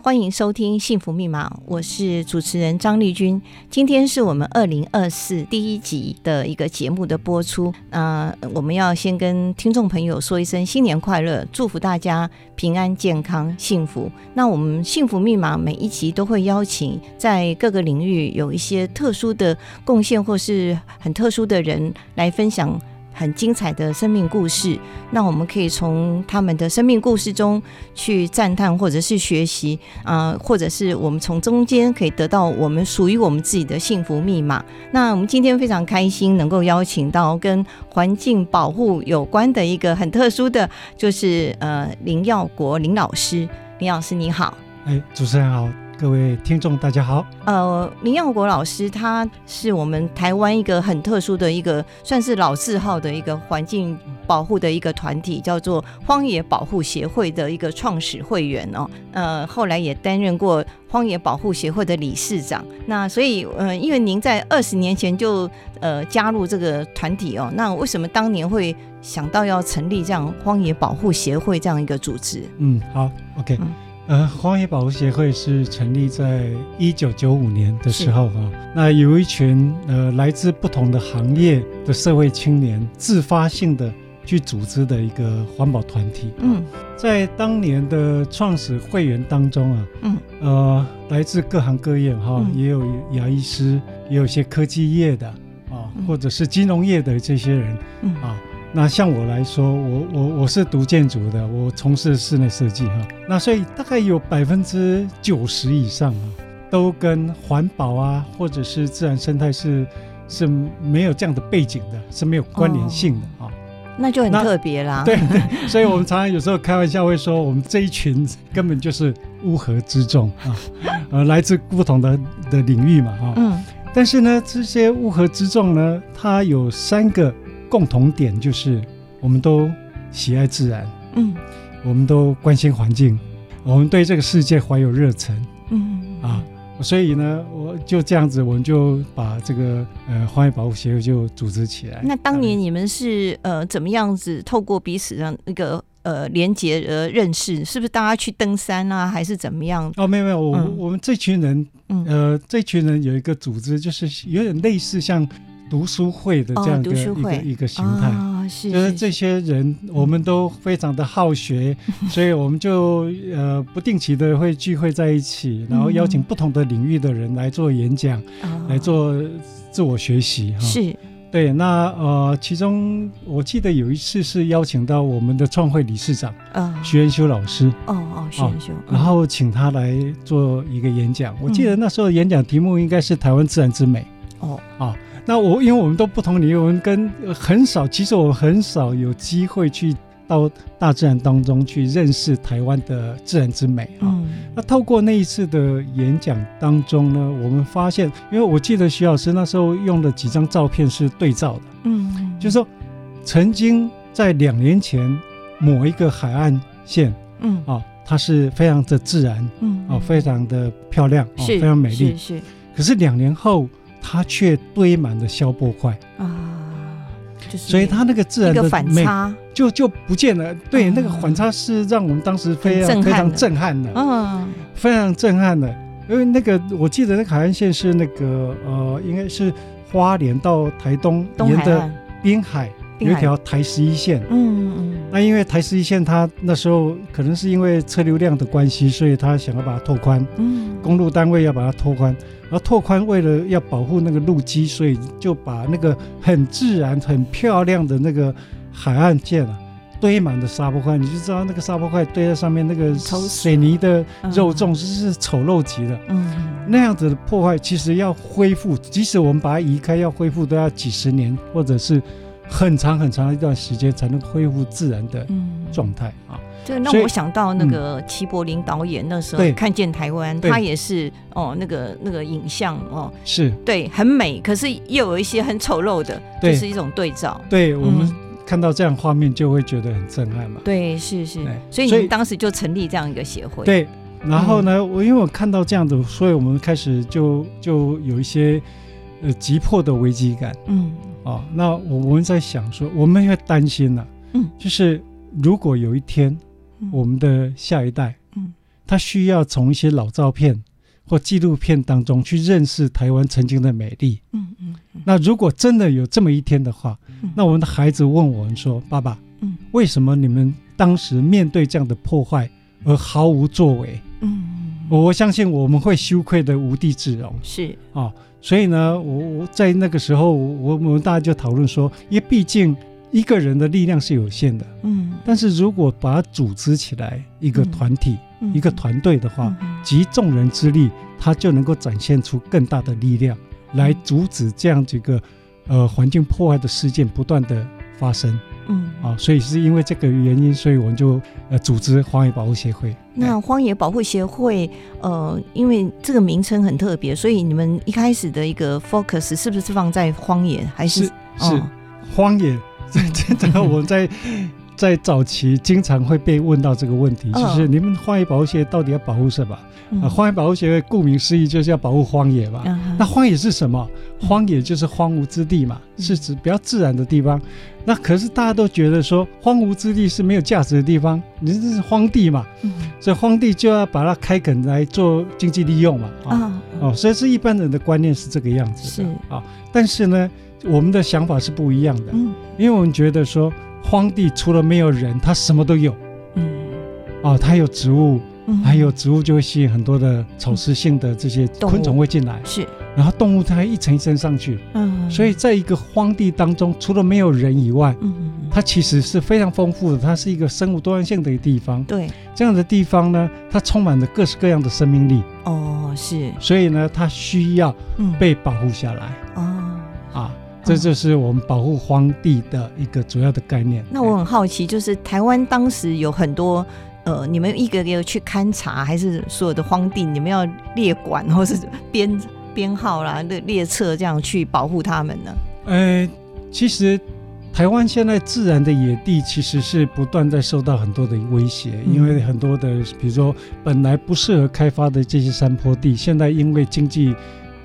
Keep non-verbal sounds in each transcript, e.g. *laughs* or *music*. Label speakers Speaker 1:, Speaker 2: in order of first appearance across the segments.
Speaker 1: 欢迎收听《幸福密码》，我是主持人张丽君。今天是我们二零二四第一集的一个节目的播出。呃，我们要先跟听众朋友说一声新年快乐，祝福大家平安、健康、幸福。那我们《幸福密码》每一集都会邀请在各个领域有一些特殊的贡献或是很特殊的人来分享。很精彩的生命故事，那我们可以从他们的生命故事中去赞叹，或者是学习，啊、呃，或者是我们从中间可以得到我们属于我们自己的幸福密码。那我们今天非常开心能够邀请到跟环境保护有关的一个很特殊的，就是呃林耀国林老师，林老师你好，
Speaker 2: 哎，主持人好。各位听众，大家好。
Speaker 1: 呃，林耀国老师他是我们台湾一个很特殊的一个，算是老字号的一个环境保护的一个团体，叫做荒野保护协会的一个创始会员哦。呃，后来也担任过荒野保护协会的理事长。那所以，呃，因为您在二十年前就呃加入这个团体哦，那为什么当年会想到要成立这样荒野保护协会这样一个组织？
Speaker 2: 嗯，好，OK。嗯呃，荒野保护协会是成立在一九九五年的时候啊，那有一群呃来自不同的行业的社会青年自发性的去组织的一个环保团体。嗯，在当年的创始会员当中啊，嗯，呃，来自各行各业哈、啊，嗯、也有牙医师，也有些科技业的啊，嗯、或者是金融业的这些人、嗯、啊。那像我来说，我我我是读建筑的，我从事室内设计哈、啊。那所以大概有百分之九十以上啊，都跟环保啊，或者是自然生态是是没有这样的背景的，是没有关联性的啊。哦、
Speaker 1: 那就很特别啦。
Speaker 2: 对对，所以我们常常有时候开玩笑会说，我们这一群根本就是乌合之众啊，呃，来自不同的的领域嘛啊。嗯。但是呢，这些乌合之众呢，它有三个。共同点就是，我们都喜爱自然，嗯，我们都关心环境，我们对这个世界怀有热忱，嗯啊，所以呢，我就这样子，我们就把这个呃荒野保护协会就组织起来。
Speaker 1: 那当年你们是呃怎么样子透过彼此的那个呃连接呃认识？是不是大家去登山啊，还是怎么样？嗯
Speaker 2: 哦，没有没有，我、嗯、我们这群人，呃，这群人有一个组织，就是有点类似像。读书会的这样的一个一个形
Speaker 1: 哦
Speaker 2: 态，
Speaker 1: 啊
Speaker 2: 就是嗯这些人我们都非常的好 *laughs* 学，所以我们就呃不定期的会聚会在一起，然后邀请不同的领域的人来做演讲，来做自我学习哈。
Speaker 1: 啊是，
Speaker 2: 对，那呃，其中我记得有一次是邀请到我们的创会理事长徐元修老师，
Speaker 1: 啊哦哦，徐元修，
Speaker 2: 啊然后请他来做一个演讲。我记得那时候演讲题目应该是台湾自然之美。嗯哦啊。那我因为我们都不同领域，我们跟很少，其实我很少有机会去到大自然当中去认识台湾的自然之美啊。嗯、那透过那一次的演讲当中呢，我们发现，因为我记得徐老师那时候用的几张照片是对照的，嗯，就是说曾经在两年前某一个海岸线，嗯啊，它是非常的自然，嗯啊，非常的漂亮，啊、非常美丽，
Speaker 1: 是。是
Speaker 2: 可是两年后。它却堆满了消波块
Speaker 1: 啊，就是
Speaker 2: 所以它那个自然的
Speaker 1: 反差
Speaker 2: 就就不见了。对，嗯、那个反差是让我们当时非常非常震撼的，嗯，非常震撼的。因为那个我记得那个海岸线是那个呃，应该是花莲到台东沿着滨海有一条台十一线，嗯嗯，那因为台十一线它那时候可能是因为车流量的关系，所以它想要把它拓宽，嗯，公路单位要把它拓宽。然后拓宽为了要保护那个路基，所以就把那个很自然、很漂亮的那个海岸线啊，堆满了沙坡块。你就知道那个沙坡块堆在上面，那个水泥的肉粽是丑陋极了。嗯，那样子的破坏，其实要恢复，即使我们把它移开，要恢复都要几十年，或者是很长很长一段时间才能恢复自然的
Speaker 1: 嗯，
Speaker 2: 状态啊。
Speaker 1: 这让
Speaker 2: 所以嗯
Speaker 1: 我想到那个齐柏林导演那时候
Speaker 2: 对
Speaker 1: 看见台湾，
Speaker 2: 对
Speaker 1: 他也是哦，那个那个影像哦，
Speaker 2: 是
Speaker 1: 对，很美，可是又有一些很丑陋的，
Speaker 2: 对
Speaker 1: 就是一种对照。
Speaker 2: 对我们
Speaker 1: 嗯
Speaker 2: 看到这样画面就会觉得很震撼嘛。
Speaker 1: 对，是是
Speaker 2: 对，
Speaker 1: 所以你
Speaker 2: 所以
Speaker 1: 们当时就成立这样一个协会。，
Speaker 2: 对，然
Speaker 1: 嗯
Speaker 2: 后呢，我因为我看到这样子，所以我们开始就就有一些呃急迫的危机感
Speaker 1: 嗯
Speaker 2: 啊、那我我们在想说，我们也担心呐、
Speaker 1: 嗯
Speaker 2: 就是如果有一天
Speaker 1: 嗯
Speaker 2: 我们的下一代，
Speaker 1: 嗯，
Speaker 2: 他需要从一些老照片或纪录片当中去认识台湾曾经的美丽。
Speaker 1: 嗯嗯嗯
Speaker 2: 那如果真的有这么一天的话，
Speaker 1: 嗯
Speaker 2: 那我们的孩子问我们说：“爸爸，
Speaker 1: 嗯，
Speaker 2: 为什么你们当时面对这样的破坏而毫无作为？”
Speaker 1: 嗯，
Speaker 2: 我相信我们会羞愧的无地自容
Speaker 1: 是
Speaker 2: 啊、所以呢，我我在那个时候，我我们大家就讨论说，因为毕竟一个人的力量是有限的，
Speaker 1: 嗯
Speaker 2: 但是如果把它组织起来一个
Speaker 1: 嗯
Speaker 2: 团体、
Speaker 1: 嗯
Speaker 2: 一个团啊队的话，，
Speaker 1: 嗯
Speaker 2: 集众人之力，它就能够展现出更大的力量，来阻止这样这个呃环境破坏的事件不断的发生
Speaker 1: 嗯嗯
Speaker 2: 啊。所以是因为这个原因，所以我们就呃组织荒野保护协会。
Speaker 1: 那
Speaker 2: 哎
Speaker 1: 荒野保护协会，呃，因为这个名称很特别，所以你们一开始的一个 focus 是不是放在荒野，还是
Speaker 2: 是是
Speaker 1: 哦
Speaker 2: 荒野， *laughs* 这这这个我在在早期经常会被问到这个问题，
Speaker 1: 嗯
Speaker 2: 就是你们荒野保护协会到底要保护什么？
Speaker 1: 嗯
Speaker 2: 啊，荒野保护协会顾名思义就是要保护荒野嘛。
Speaker 1: 嗯
Speaker 2: 那荒野是什么？
Speaker 1: 嗯
Speaker 2: 荒野就是荒芜之地嘛，
Speaker 1: 嗯
Speaker 2: 是指比较自然的地方。那可是大家都觉得说荒芜之地是没有价值的地方，你这是荒地嘛，
Speaker 1: 嗯
Speaker 2: 所以荒地就要把它开垦来做经济利用嘛。啊，
Speaker 1: 啊
Speaker 2: 哦，所以是一般人的观念是这个样子的
Speaker 1: 是
Speaker 2: 啊。但是呢，我们的想法是不一样的。
Speaker 1: 嗯
Speaker 2: 因为我们觉得说，荒地除了没有人，它什么都有
Speaker 1: 嗯
Speaker 2: 啊，它有植物，
Speaker 1: 嗯
Speaker 2: 还有植物就会吸引很多的草食性的这些
Speaker 1: 物
Speaker 2: 昆虫会进来，
Speaker 1: 是
Speaker 2: 然后动物它一层一层上去，
Speaker 1: 嗯，
Speaker 2: 所以在一个荒地当中，除了没有人以外，
Speaker 1: 嗯
Speaker 2: 它其实是非常丰富的，它是一个生物多样性的一个地方。
Speaker 1: 对
Speaker 2: 这样的地方呢，它充满了各式各样的生命力，
Speaker 1: 哦是
Speaker 2: 所以呢，它需要
Speaker 1: 嗯
Speaker 2: 被保护下来
Speaker 1: 哦。
Speaker 2: 啊。这就是我们保护荒地的一个主要的概念。
Speaker 1: 那我很好奇，就是台湾当时有很多。呃，你们一个一个去勘察，还是所有的荒地，你们要列管或是编编号啦、列列册这样去保护他们呢？
Speaker 2: 呃，其实台湾现在自然的野地其实是不断在受到很多的威胁，
Speaker 1: 嗯
Speaker 2: 因为很多的，比如说本来不适合开发的这些山坡地，现在因为经济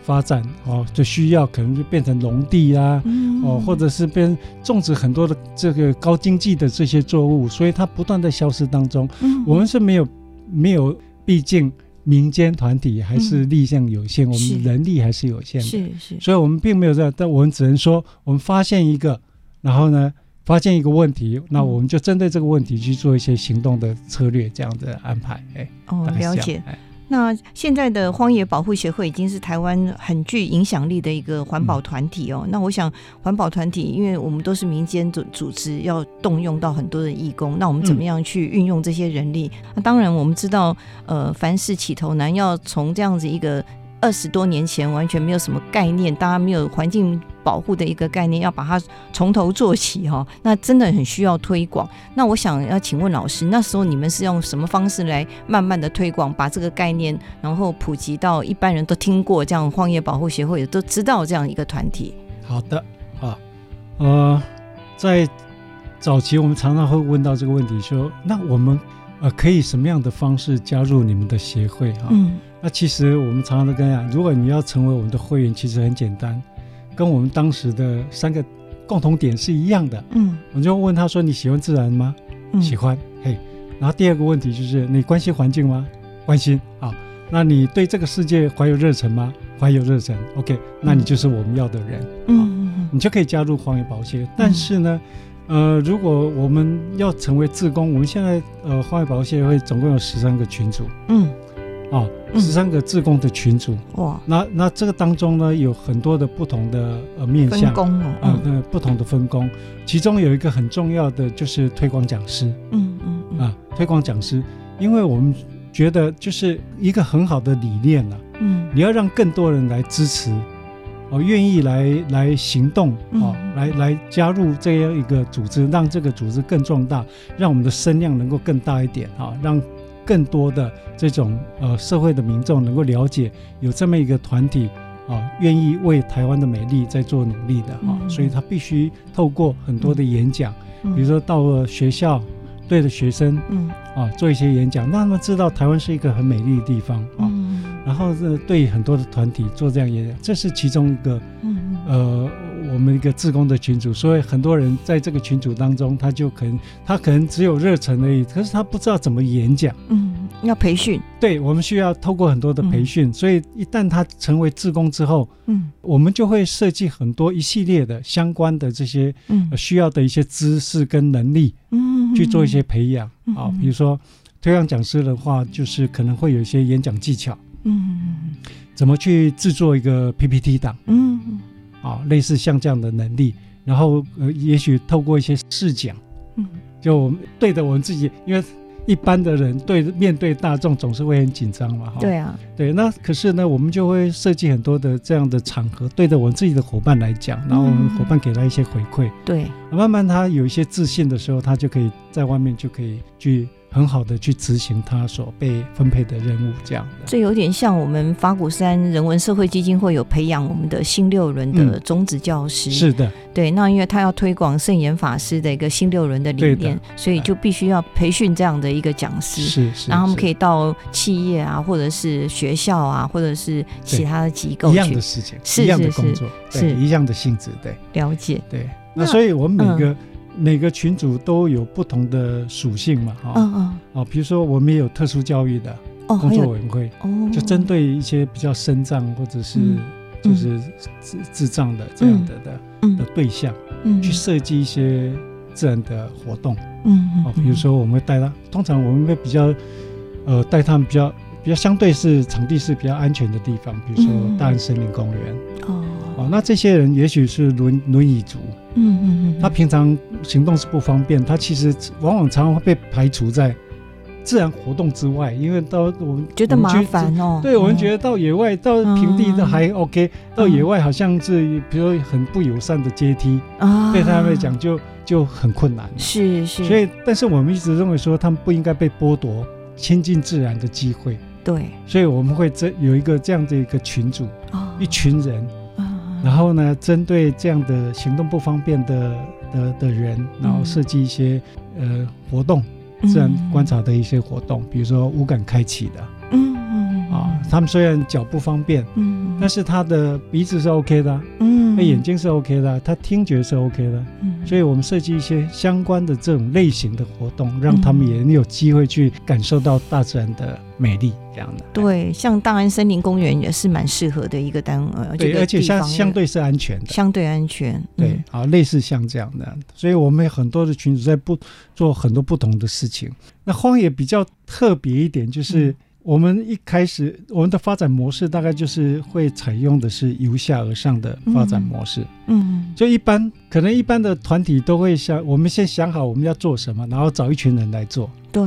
Speaker 2: 发展哦，就需要可能就变成农地啊。
Speaker 1: 嗯
Speaker 2: 哦，或者是变种植很多的这个高经济的这些作物，所以它不断在消失当中。
Speaker 1: 嗯
Speaker 2: 我们是没有没有，毕竟民间团体还是
Speaker 1: 嗯
Speaker 2: 力量有限，我
Speaker 1: 是
Speaker 2: 们人力还是有限的。
Speaker 1: 是是
Speaker 2: 所以我们并没有这样，但我们只能说，我们发现一个，然后呢，发现一个问题，那我们就针对这个问题去做一些行动的策略，这样的安排。哎，
Speaker 1: 哦
Speaker 2: 大，概
Speaker 1: 了
Speaker 2: 是这
Speaker 1: 解
Speaker 2: 样。。哎
Speaker 1: 那现在的荒野保护协会已经是台湾很具影响力的一个环保团体哦。那我想，环保团体，因为我们都是民间组组织，要动用到很多的义工，那我们怎么样去运用这些人力？那当然，我们知道，呃，凡事起头难，要从这样子一个。二十多年前完全没有什么概念，大家没有环境保护的一个概念，要把它从头做起哈、哦，那真的很需要推广。那我想要请问老师，那时候你们是用什么方式来慢慢的推广，把这个概念然后普及到一般人都听过这样荒野保护协会，也都知道这样一个团体？
Speaker 2: 好的啊，呃，在早期我们常常会问到这个问题，说那我们呃可以什么样的方式加入你们的协会啊？
Speaker 1: 嗯
Speaker 2: 那其实我们常常都跟他讲，如果你要成为我们的会员，其实很简单，跟我们当时的三个共同点是一样的。
Speaker 1: 嗯
Speaker 2: 我就问他说：“你喜欢自然吗？”喜欢，嘿。然后第二个问题就是你关心环境吗？关心啊。那你对这个世界怀有热忱吗？怀有热忱，OK，那你就是我们要的人，
Speaker 1: 嗯
Speaker 2: 你就可以加入荒野保险。但是呢，呃，如果我们要成为志工，我们现在呃荒野保险会总共有十三个群组
Speaker 1: 嗯
Speaker 2: 啊，
Speaker 1: 嗯
Speaker 2: 十三个志工的群组。
Speaker 1: 哇，
Speaker 2: 那那这个当中呢，有很多的不同的呃面
Speaker 1: 分
Speaker 2: 向。
Speaker 1: 工哦，
Speaker 2: 啊，那不同的分工，其中有一个很重要的就是推广讲师。
Speaker 1: 嗯嗯嗯
Speaker 2: 啊，推广讲师，因为我们觉得就是一个很好的理念啊，
Speaker 1: 嗯
Speaker 2: 你要让更多人来支持，哦，愿意来来行动，哦，
Speaker 1: 嗯
Speaker 2: 来来加入这样一个组织，让这个组织更壮大，让我们的声量能够更大一点啊、让更多的这种呃社会的民众能够了解有这么一个团体。啊，愿意为台湾的美丽在做努力的啊，
Speaker 1: 嗯
Speaker 2: 所以他必须透过很多的演讲，
Speaker 1: 嗯
Speaker 2: 比如说到了学校，对着学生
Speaker 1: 嗯
Speaker 2: 啊做一些演讲，让他们知道台湾是一个很美丽的地方啊。
Speaker 1: 嗯
Speaker 2: 然后是对很多的团体做这样演讲，这是其中一个
Speaker 1: 嗯
Speaker 2: 呃我们一个志工的群组，所以很多人在这个群组当中，他就可能他可能只有热忱而已，可是他不知道怎么演讲。
Speaker 1: 嗯，要培训，
Speaker 2: 对我们需要透过很多的培训，所以一旦他成为志工之后，
Speaker 1: 嗯
Speaker 2: 我们就会设计很多一系列的相关的这些
Speaker 1: 嗯
Speaker 2: 呃需要的一些知识跟能力
Speaker 1: 嗯，
Speaker 2: 去做一些培养
Speaker 1: 嗯
Speaker 2: 啊，比如说推广讲师的话，就是可能会有一些演讲技巧。
Speaker 1: 嗯
Speaker 2: 怎么去制作一个 PPT 档
Speaker 1: 嗯
Speaker 2: 啊，类似像这样的能力，然后呃，也许透过一些视讲，
Speaker 1: 嗯
Speaker 2: 就我们对着我们自己，因为一般的人对面对大众总是会很紧张嘛，哈、
Speaker 1: 对啊，
Speaker 2: 对，那可是呢，我们就会设计很多的这样的场合，对着我们自己的伙伴来讲，然后我们
Speaker 1: 嗯
Speaker 2: 伙伴给他一些回馈，
Speaker 1: 对，
Speaker 2: 慢慢他有一些自信的时候，他就可以在外面就可以去很好的去执行他所被分配的任务，这样的。
Speaker 1: 这有点像我们法鼓山人文社会基金会有培养我们的新六轮的种子教师，
Speaker 2: 嗯是的，
Speaker 1: 对，那因为他要推广圣严法师的一个新六轮的理
Speaker 2: 对的
Speaker 1: 念，所以就必须要培训这样的一个讲师。
Speaker 2: 是是，
Speaker 1: 然后他们可
Speaker 2: 以
Speaker 1: 以到企业啊，或者是学校啊，或者是其他的机构
Speaker 2: 一样
Speaker 1: 去
Speaker 2: 的事情，
Speaker 1: 是
Speaker 2: 一样的
Speaker 1: 是是
Speaker 2: 工作，
Speaker 1: 是嗯
Speaker 2: 对，一样的性质，对
Speaker 1: 了解。
Speaker 2: 对。
Speaker 1: 那
Speaker 2: 那所以我们每个、
Speaker 1: 嗯
Speaker 2: 每个群组都有不同的属性嘛，哈、哦，
Speaker 1: 嗯嗯，
Speaker 2: 比如说我们也有特殊教育的
Speaker 1: 哦，
Speaker 2: 工
Speaker 1: 还
Speaker 2: 作
Speaker 1: 有
Speaker 2: 委员会，
Speaker 1: 哦，
Speaker 2: 就针对一些比较身障或者是、
Speaker 1: 嗯
Speaker 2: 就是智智障的这样的的、的
Speaker 1: 嗯
Speaker 2: 对象，
Speaker 1: 嗯
Speaker 2: 去设计一些自然的活动
Speaker 1: 嗯
Speaker 2: 哦，比如说我们会带他，通常我们会比较呃带他们比较。比较相对是场地是比较安全的地方，比如
Speaker 1: 嗯
Speaker 2: 说大安森林公园，
Speaker 1: 哦，
Speaker 2: 哦，那这些人也许是轮轮椅族，
Speaker 1: 嗯嗯嗯，
Speaker 2: 他平常行动是不方便，他其实往往常常会被排除在自然活动之外，因为到我们
Speaker 1: 觉得
Speaker 2: 我们去
Speaker 1: 麻烦哦。
Speaker 2: 对，我们
Speaker 1: 嗯哦
Speaker 2: 觉得到野外、到平地都还 OK，、到野外好像是比如说很不友善的阶梯，
Speaker 1: 啊，
Speaker 2: 对他们来讲就就很困难。
Speaker 1: 是是，
Speaker 2: 所以，但是我们一直认为说他们不应该被剥夺亲近自然的机会，
Speaker 1: 对
Speaker 2: 所以我们会这有一个这样的一个群组，
Speaker 1: 啊
Speaker 2: 一群人，
Speaker 1: 嗯
Speaker 2: 然后呢，针对这样的行动不方便的的的人，然
Speaker 1: 嗯
Speaker 2: 后设计一些、呃活动，自然观，察的一些活动，比如说无感开启的
Speaker 1: 嗯嗯嗯
Speaker 2: 啊，他们虽然脚不方便，
Speaker 1: 嗯，
Speaker 2: 但是他的鼻子是 OK 的啊，
Speaker 1: 嗯
Speaker 2: 他眼睛是 OK 的啊，他听觉是 OK 的，啊所
Speaker 1: 以
Speaker 2: 以我们设计一些相关的这种类型的活动，让他
Speaker 1: 嗯
Speaker 2: 们也有机会去感受到大自然的美丽，这样的。
Speaker 1: 对，像大安森林公园也是蛮适合的一个单呃，这
Speaker 2: 对，
Speaker 1: 个
Speaker 2: 而且
Speaker 1: 地
Speaker 2: 相
Speaker 1: 方
Speaker 2: 相
Speaker 1: 的
Speaker 2: 对是安全的。
Speaker 1: 相对安全，
Speaker 2: 对啊
Speaker 1: 嗯，
Speaker 2: 好，类似像这样的，所以我们有很多的群组在不做很多不同的事情。那荒野比较特别一点，就是
Speaker 1: 嗯
Speaker 2: 我们一开始我们的发展模式大概就是会采用的是由下而上的发展模式。
Speaker 1: 嗯
Speaker 2: 就一般可能一般的团体都会想，我们先想好我们要做什么，然后找一群人来做。
Speaker 1: 对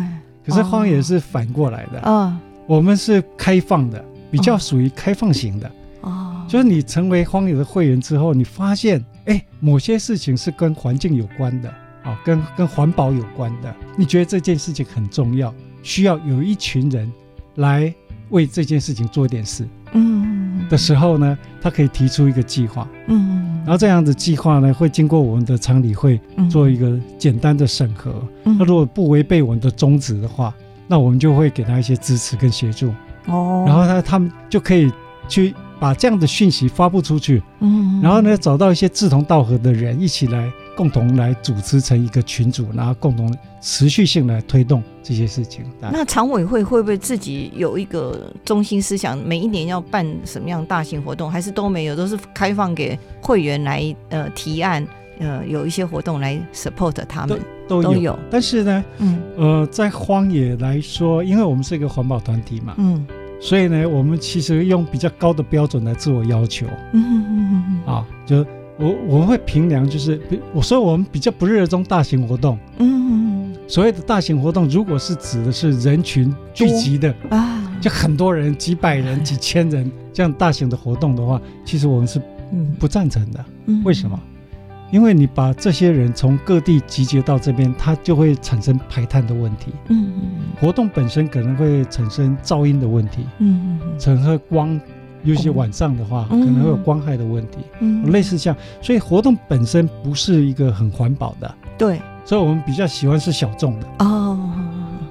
Speaker 2: 可是荒野
Speaker 1: 哦
Speaker 2: 是反过来的，
Speaker 1: 啊
Speaker 2: 我们是开放的，比较
Speaker 1: 哦
Speaker 2: 属于开放型的。
Speaker 1: 哦，
Speaker 2: 就是你成为荒野的会员之后，你发现，哎，某些事情是跟环境有关的，啊，跟跟环保有关的，你觉得这件事情很重要，需要有一群人来为这件事情做一点事
Speaker 1: 嗯
Speaker 2: 的时候呢，他可以提出一个计划，
Speaker 1: 嗯，
Speaker 2: 然后这样的计划呢，会经过我们的常理会
Speaker 1: 后
Speaker 2: 做一个简单的审核，
Speaker 1: 嗯
Speaker 2: 那如果不违背我们的宗旨的话，那我们就会给他一些支持跟协助，
Speaker 1: 哦，
Speaker 2: 然后呢，他们就可以去把这样的讯息发布出去。
Speaker 1: 嗯
Speaker 2: 然后呢，找到一些志同道合的人，一起来共同来组织成一个群组，然后共同持续性来推动这些事情。
Speaker 1: 那常委会会不会自己有一个中心思想，每一年要办什么样大型活动，还是都没有，都是开放给会员来呃提案，呃有一些活动来 support 他们
Speaker 2: 都
Speaker 1: 都
Speaker 2: 有，
Speaker 1: 有，
Speaker 2: 但是呢，
Speaker 1: 嗯
Speaker 2: 呃，在荒野来说，因为我们是一个环保团体嘛，
Speaker 1: 嗯
Speaker 2: 所以呢，我们其实用比较高的标准来自我要求
Speaker 1: 嗯嗯嗯
Speaker 2: 啊，就我我们会评量，就是比我说我们比较不热衷大型活动。
Speaker 1: 嗯嗯
Speaker 2: 所谓的大型活动，如果是指的是人群聚集的，
Speaker 1: 嗯啊，
Speaker 2: 就很多人，几百
Speaker 1: *laughs*
Speaker 2: 人、几千人这样大型的活动的话，其实我们是
Speaker 1: 嗯，
Speaker 2: 不赞成的。
Speaker 1: 嗯
Speaker 2: 为什么？？因为你把这些人从各地集结到这边，它就会产生排碳的问题，
Speaker 1: 嗯嗯
Speaker 2: 活动本身可能会产生噪音的问题，
Speaker 1: 嗯嗯
Speaker 2: 产生光，尤其晚上的话，可
Speaker 1: 嗯
Speaker 2: 能会有光害的问题，
Speaker 1: 嗯，
Speaker 2: 类似像，所以活动本身不是一个很环保的，
Speaker 1: 对
Speaker 2: 所以我们比较喜欢是小众的，
Speaker 1: 哦，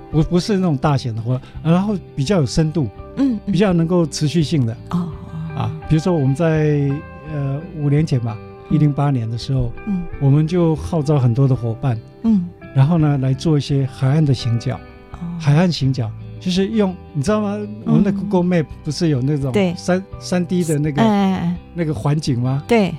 Speaker 2: 不不是那种大型的活动，然后比较有深度，
Speaker 1: 嗯，
Speaker 2: 比较能够持续性的
Speaker 1: 哦
Speaker 2: 啊，，比如说我们在呃五年前吧，一零八年的时候，
Speaker 1: 嗯
Speaker 2: 我们就号召很多的伙伴。
Speaker 1: 嗯，
Speaker 2: 然后呢来做一些海岸的行脚，
Speaker 1: 哦
Speaker 2: 海岸行脚就是用你知道吗？我们的 Google Map 不是有那种
Speaker 1: 嗯对
Speaker 2: 三三 D 的那
Speaker 1: 哎
Speaker 2: 个
Speaker 1: 哎哎，
Speaker 2: 那个环境吗？
Speaker 1: 对，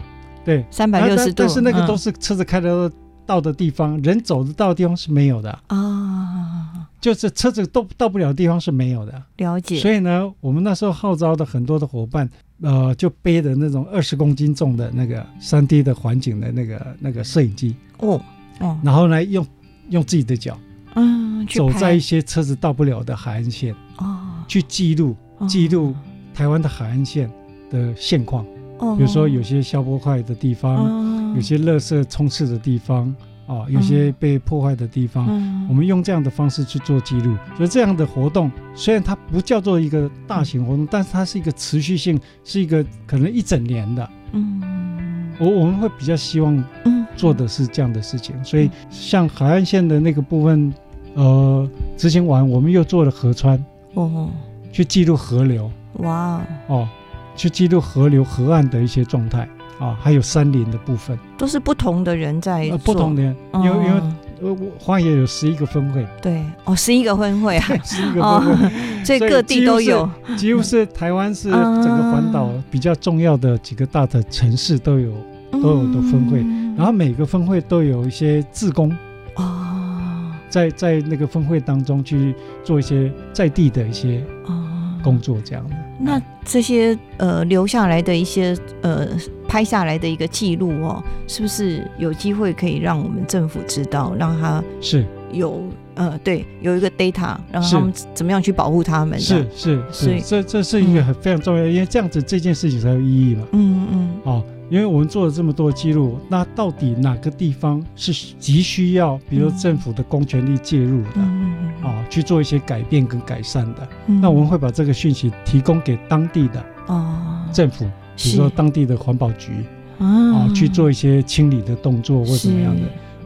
Speaker 2: 对，
Speaker 1: 三百
Speaker 2: 然后
Speaker 1: 六
Speaker 2: 但
Speaker 1: 十度，
Speaker 2: 但是那个都
Speaker 1: 嗯
Speaker 2: 是车子开得到的地方，人走得到的地方是没有的，
Speaker 1: 啊，
Speaker 2: 就是车子都到不了的地方是没有的。
Speaker 1: 了解，
Speaker 2: 所以呢，我们那时候号召的很多的伙伴。呃，就背着那种二十公斤重的那个三 D 的环境的那个那个摄影机，
Speaker 1: 哦哦，
Speaker 2: 然后呢，用用自己的脚
Speaker 1: 嗯，去
Speaker 2: 走
Speaker 1: 拍
Speaker 2: 在一些车子到不了的海岸线，
Speaker 1: 哦，
Speaker 2: 去记录
Speaker 1: 哦
Speaker 2: 记录，台湾的海岸线的现况，
Speaker 1: 哦
Speaker 2: 比如说有些消波块的地方，
Speaker 1: 哦
Speaker 2: 有些垃圾充斥的地方，啊，有些被破坏的地方，
Speaker 1: 嗯
Speaker 2: 我们用这样的方式去做记录。所以这样的活动虽然它不叫做一个大型活动，但是它是一个持续性，是一个可能一整年的。
Speaker 1: 嗯
Speaker 2: 我我们会比较希望
Speaker 1: 嗯
Speaker 2: 做的是这样的事情，所以像海岸线的那个部分，呃，执行完我们又做了河川，
Speaker 1: 哦
Speaker 2: 去记录河流。
Speaker 1: 哇哦，
Speaker 2: 哦，去记录河流河岸的一些状态啊，还有山林的部分，
Speaker 1: 都是不同的人在
Speaker 2: 呃，不同
Speaker 1: 的，
Speaker 2: 的，因为因为呃我花野有十一个分会，
Speaker 1: 哦对哦，十一个分会啊，
Speaker 2: 十一个分会，
Speaker 1: 所以
Speaker 2: 所以
Speaker 1: 各地
Speaker 2: 几乎
Speaker 1: 都
Speaker 2: 是
Speaker 1: 有，
Speaker 2: 几乎是台湾是整个环岛比较重要的几个大的城市都有，都有的分会
Speaker 1: 嗯
Speaker 2: 然后每个分会都有一些志工
Speaker 1: 哦
Speaker 2: 在在那个分会当中去做一些在地的一些
Speaker 1: 哦，
Speaker 2: 工作这样的。
Speaker 1: 那这些呃留下来的一些呃拍下来的一个记录哦，是不是有机会可以让我们政府知道，让他
Speaker 2: 是
Speaker 1: 有呃对有一个 data，让
Speaker 2: 是
Speaker 1: 他们怎么样去保护他们？这样
Speaker 2: 是，是
Speaker 1: 所以
Speaker 2: 是，这这是一个
Speaker 1: 嗯
Speaker 2: 很非常重要，因为这样子这件事情才有意义嘛。
Speaker 1: 嗯嗯
Speaker 2: 哦，因为我们做了这么多记录，那到底哪个地方是急需要，比如
Speaker 1: 嗯
Speaker 2: 政府的公权力介入的
Speaker 1: 嗯，嗯嗯，
Speaker 2: 啊、去做一些改变跟改善的？
Speaker 1: 嗯
Speaker 2: 那我们会把这个讯息提供给当地的
Speaker 1: 哦，
Speaker 2: 政府，比如说当地的环保局啊、
Speaker 1: 啊
Speaker 2: 去做一些清理的动作或怎么样的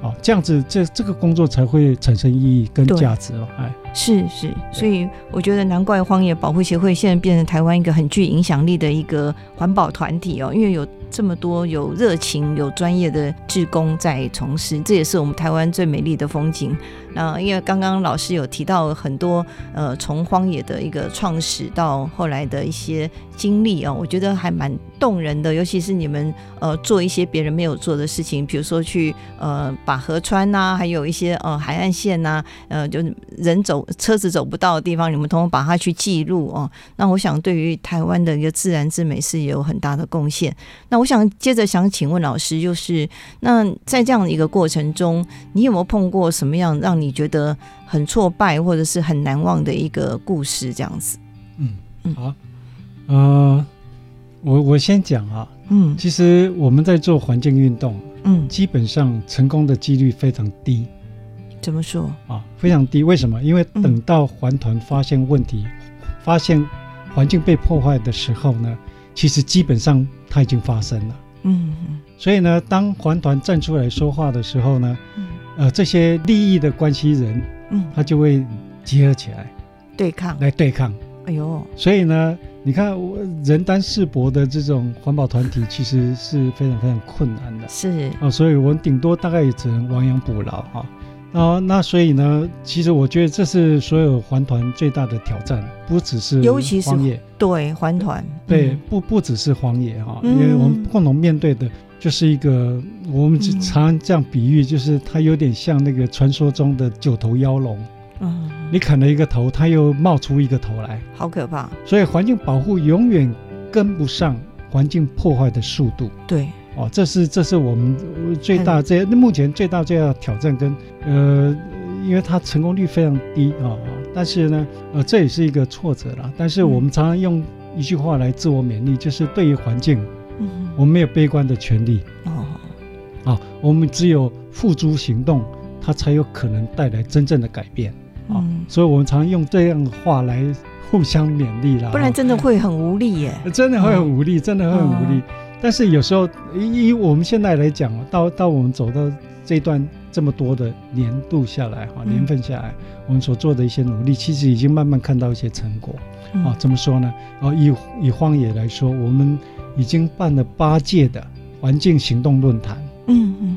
Speaker 2: 啊、这样子这这个工作才会产生意义跟
Speaker 1: 对
Speaker 2: 价值哦。哎，
Speaker 1: 是是，所以我觉得难怪荒野保护协会现在变成台湾一个很具影响力的一个环保团体哦，因为有这么多有热情、有专业的志工在从事，这也是我们台湾最美丽的风景。那、因为刚刚老师有提到很多呃，从荒野的一个创始到后来的一些经历哦，我觉得还蛮动人的，尤其是你们呃做一些别人没有做的事情，比如说去呃把河川呐、还有一些呃海岸线呐、呃，就是人走车子走不到的地方，你们通通把它去记录哦。那我想对于台湾的一个自然之美是有很大的贡献。那我想接着想请问老师，就是那在这样的一个过程中，你有没有碰过什么样让你觉得很挫败或者是很难忘的一个故事？这样子，嗯
Speaker 2: 嗯，好，呃，我我先讲啊，
Speaker 1: 嗯
Speaker 2: 其实我们在做环境运动，
Speaker 1: 嗯，
Speaker 2: 基本上成功的几率非常低。
Speaker 1: 怎么说？
Speaker 2: 啊，非常低。为什么？因为
Speaker 1: 嗯
Speaker 2: 等到环团发现问题，发现环境被破坏的时候呢，其实基本上它已经发生了。
Speaker 1: 嗯嗯
Speaker 2: 所以呢，当环团站出来说话的时候呢，
Speaker 1: 嗯
Speaker 2: 呃，这些利益的关系人
Speaker 1: 嗯，
Speaker 2: 他就会结合起来
Speaker 1: 对抗，
Speaker 2: 来对抗。
Speaker 1: 哎呦，
Speaker 2: 所以呢，你看我人单势薄的这种环保团体，其实是非常非常困难的。
Speaker 1: 是，
Speaker 2: 啊，所以我们顶多大概也只能亡羊补牢啊。啊，那所以呢，其实我觉得这是所有环团最大的挑战，不只是
Speaker 1: 尤其是
Speaker 2: 荒野，
Speaker 1: 对，环团，
Speaker 2: 对，
Speaker 1: 嗯
Speaker 2: 不不只是荒野哈、
Speaker 1: 嗯
Speaker 2: 因为我们共同面对的就是一个，我们
Speaker 1: 嗯
Speaker 2: 常这样比喻，就是它有点像那个传说中的九头妖龙，
Speaker 1: 嗯，
Speaker 2: 你砍了一个头，它又冒出一个头来，
Speaker 1: 好可怕，
Speaker 2: 所以环境保护永远跟不上环境破坏的速度。
Speaker 1: 对，
Speaker 2: 哦，这是这是我们呃最大这目前最大最大的挑战跟呃，因为它成功率非常低啊、哦，但是呢，呃，这也是一个挫折啦。但是
Speaker 1: 嗯
Speaker 2: 我们常常用一句话来自我勉励，就是对于环境，
Speaker 1: 嗯
Speaker 2: 我们没有悲观的权利
Speaker 1: 哦，
Speaker 2: 啊，我们只有付诸行动，它才有可能带来真正的改变。啊
Speaker 1: 嗯，
Speaker 2: 所以我们常用这样的话来互相勉励啦。哦
Speaker 1: 不然真的会很无力耶。
Speaker 2: 真的会很无力，真的会很无
Speaker 1: 嗯
Speaker 2: 力。但是有时候，以以我们现在来讲，到到我们走到这段这么多的年度下来哈，
Speaker 1: 嗯
Speaker 2: 年份下来，我们所做的一些努力，其实已经慢慢看到一些成果
Speaker 1: 嗯
Speaker 2: 啊。怎么说呢？啊，以以荒野来说，我们已经办了八届的环境行动论坛。
Speaker 1: 嗯嗯嗯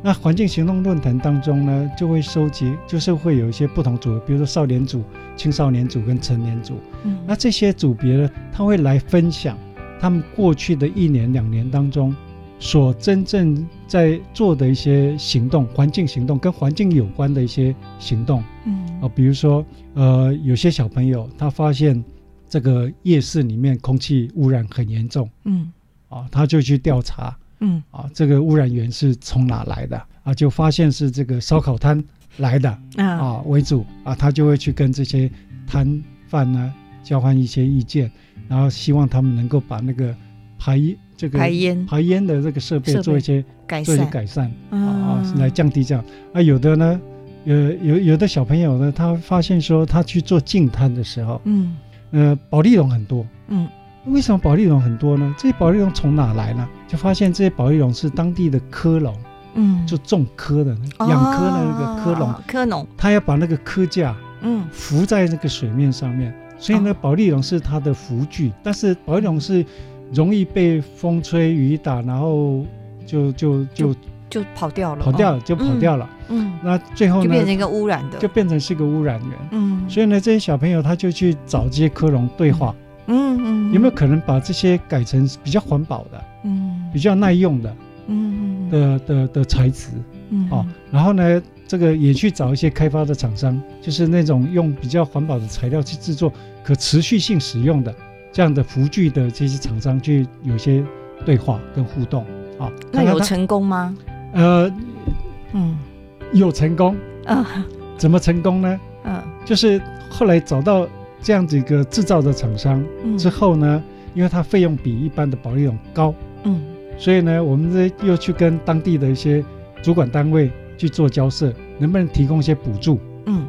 Speaker 2: 那环境行动论坛当中呢，就会收集，就是会有一些不同组，比如说少年组、青少年组跟成年组。
Speaker 1: 嗯，
Speaker 2: 那这些组别呢，他会来分享他们过去的一年、两年当中所真正在做的一些行动，环境行动跟环境有关的一些行动啊、
Speaker 1: 嗯
Speaker 2: 呃比如说，呃，有些小朋友他发现这个夜市里面空气污染很严重
Speaker 1: 嗯
Speaker 2: 啊、他就去调查
Speaker 1: 嗯
Speaker 2: 啊、这个污染源是从哪来的啊，就发现是这个烧烤摊来的。
Speaker 1: 嗯啊
Speaker 2: 啊为主啊，他就会去跟这些摊贩呢交换一些意见，然后希望他们能够把那个排这个
Speaker 1: 排烟
Speaker 2: 排烟的这个设备
Speaker 1: 设备
Speaker 2: 做一些
Speaker 1: 改
Speaker 2: 做一些
Speaker 1: 善
Speaker 2: 改善
Speaker 1: 啊
Speaker 2: 啊啊，来降低这样啊。有的呢，有有有的小朋友呢，他发现说他去做净摊的时候，
Speaker 1: 嗯
Speaker 2: 呃，保利龙很多。
Speaker 1: 嗯
Speaker 2: 为什么保利龙很多呢？这些保利龙从哪来呢？就发现这些保利龙是当地的科龙，
Speaker 1: 嗯，
Speaker 2: 就种科的养科的那个科龙，
Speaker 1: 哦科农，
Speaker 2: 他要把那个科架
Speaker 1: 嗯
Speaker 2: 浮在那个水面上面，所以呢，
Speaker 1: 哦
Speaker 2: 保利龙是它的浮具，但是保利龙是容易被风吹雨打，然后就就就
Speaker 1: 就跑掉了，
Speaker 2: 跑掉
Speaker 1: 哦
Speaker 2: 了，就跑掉了。
Speaker 1: 嗯，
Speaker 2: 那最后
Speaker 1: 就
Speaker 2: 呢
Speaker 1: 变，成一个污染的，
Speaker 2: 就变成是个污染源。
Speaker 1: 嗯，
Speaker 2: 所以呢，这些小朋友他就去找这些科龙对话，
Speaker 1: 嗯嗯，
Speaker 2: 有没有可能把这些改成比较环保的、
Speaker 1: 嗯
Speaker 2: 比较耐用的
Speaker 1: 嗯嗯
Speaker 2: 的的的材质
Speaker 1: 嗯
Speaker 2: 哦？然后呢，这个也去找一些开发的厂商，就是那种用比较环保的材料去制作可持续性使用的这样的辅具的这些厂商去有一些对话跟互动啊。
Speaker 1: 那
Speaker 2: 看看
Speaker 1: 有
Speaker 2: 他
Speaker 1: 成功吗？
Speaker 2: 呃
Speaker 1: 嗯
Speaker 2: 有成功，
Speaker 1: 啊
Speaker 2: 怎么成功呢？
Speaker 1: 嗯
Speaker 2: 就是后来找到这样子一个制造的厂商
Speaker 1: 嗯
Speaker 2: 之后呢，因为它费用比一般的保利龙高，
Speaker 1: 嗯
Speaker 2: 所以呢，我们这又去跟当地的一些主管单位去做交涉，能不能提供一些补助，
Speaker 1: 嗯，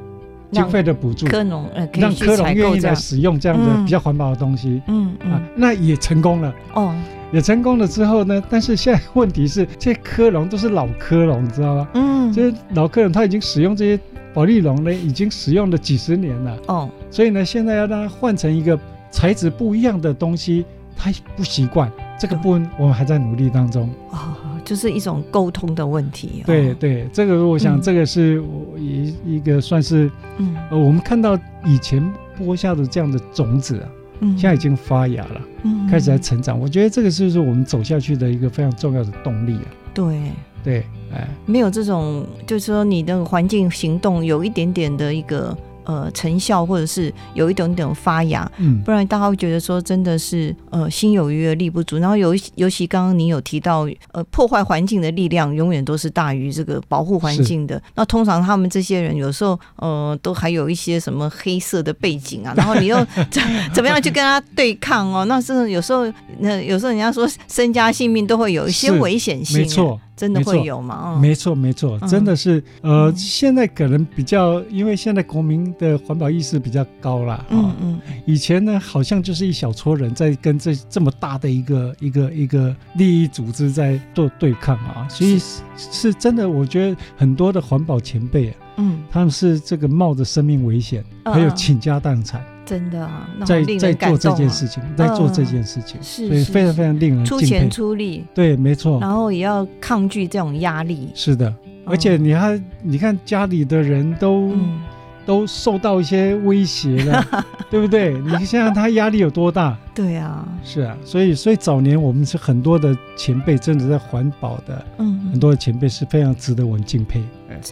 Speaker 2: 经
Speaker 1: 让
Speaker 2: 费的补助，
Speaker 1: 科农呃可
Speaker 2: 让
Speaker 1: 以
Speaker 2: 科
Speaker 1: 去
Speaker 2: 隆
Speaker 1: 采
Speaker 2: 愿
Speaker 1: 购
Speaker 2: 意
Speaker 1: 这
Speaker 2: 来
Speaker 1: 样，
Speaker 2: 使用这样的
Speaker 1: 嗯
Speaker 2: 比较环保的东西、
Speaker 1: 嗯
Speaker 2: 啊
Speaker 1: 嗯，
Speaker 2: 那也成功了，
Speaker 1: 哦
Speaker 2: 也成功了之后呢，但是现在问题是，这些科隆都是老科隆，你知道吗？
Speaker 1: 嗯
Speaker 2: 这些老科隆他已经使用这些保利龙呢，已经使用了几十年了，
Speaker 1: 哦
Speaker 2: 所以呢，现在要让它换成一个材质不一样的东西，他不习惯。这
Speaker 1: 嗯
Speaker 2: 个部分我们还在努力当中。
Speaker 1: 哦，就是一种沟通的问题，哦
Speaker 2: 对对，这个我想
Speaker 1: 嗯
Speaker 2: 这个是我一一个算是
Speaker 1: 嗯
Speaker 2: 呃，我们看到以前播下的这样的种子啊，
Speaker 1: 嗯，
Speaker 2: 现在已经发芽了。
Speaker 1: 嗯
Speaker 2: 开始在成长。我觉得这个就是我们走下去的一个非常重要的动力啊。
Speaker 1: 对。
Speaker 2: 对，哎，
Speaker 1: 没有这种，就是说你的环境行动有一点点的一个呃成效，或者是有一点点发芽，
Speaker 2: 嗯
Speaker 1: 不然大家会觉得说真的是呃心有余而力不足。然后尤尤其刚刚你有提到，呃，破坏环境的力量永远都是大于这个保护环境的。那通常他们这些人有时候呃都还有一些什么黑色的背景 *laughs* 啊，然后你又怎怎么样去跟他对抗哦？那真的有时候那有时候人家说身家性命都会有一些
Speaker 2: 是
Speaker 1: 危险性，啊
Speaker 2: 没，错，
Speaker 1: 真的
Speaker 2: 没
Speaker 1: 会
Speaker 2: 错
Speaker 1: 有嘛？哦
Speaker 2: 没错，没错，
Speaker 1: 嗯
Speaker 2: 真的是，呃，
Speaker 1: 嗯
Speaker 2: 现在可能比较，因为现在国民的环保意识比较高啦，啊、
Speaker 1: 嗯嗯
Speaker 2: 以前呢好像就是一小撮人在跟这这么大的一个一个一个利益组织在做对抗啊，所以是是真的，我觉得很多的环保前辈啊，
Speaker 1: 嗯，
Speaker 2: 他们是这个冒着生命危险，还有
Speaker 1: 嗯嗯
Speaker 2: 倾家荡产。
Speaker 1: 真的啊，那好
Speaker 2: 在
Speaker 1: 令
Speaker 2: 在
Speaker 1: 人感
Speaker 2: 做这
Speaker 1: 动
Speaker 2: 件
Speaker 1: 啊
Speaker 2: 事情，在做这件事情，
Speaker 1: 是
Speaker 2: 所以
Speaker 1: 是
Speaker 2: 非常
Speaker 1: 是
Speaker 2: 非常令人
Speaker 1: 出
Speaker 2: 敬佩
Speaker 1: 钱。出啊力，
Speaker 2: 对，没错，
Speaker 1: 然后也要抗拒这种压力。
Speaker 2: 是的。哦而
Speaker 1: 嗯
Speaker 2: 且你看，你看家里的人都、
Speaker 1: 嗯，
Speaker 2: 都受到一些威
Speaker 1: *laughs*
Speaker 2: 胁了，对不对？你想想他压力有多大？
Speaker 1: 对啊，
Speaker 2: 是啊，所以所以早年我们是很多的前辈，真的在环保的
Speaker 1: 嗯，
Speaker 2: 很多的前辈是非常值得我们敬佩。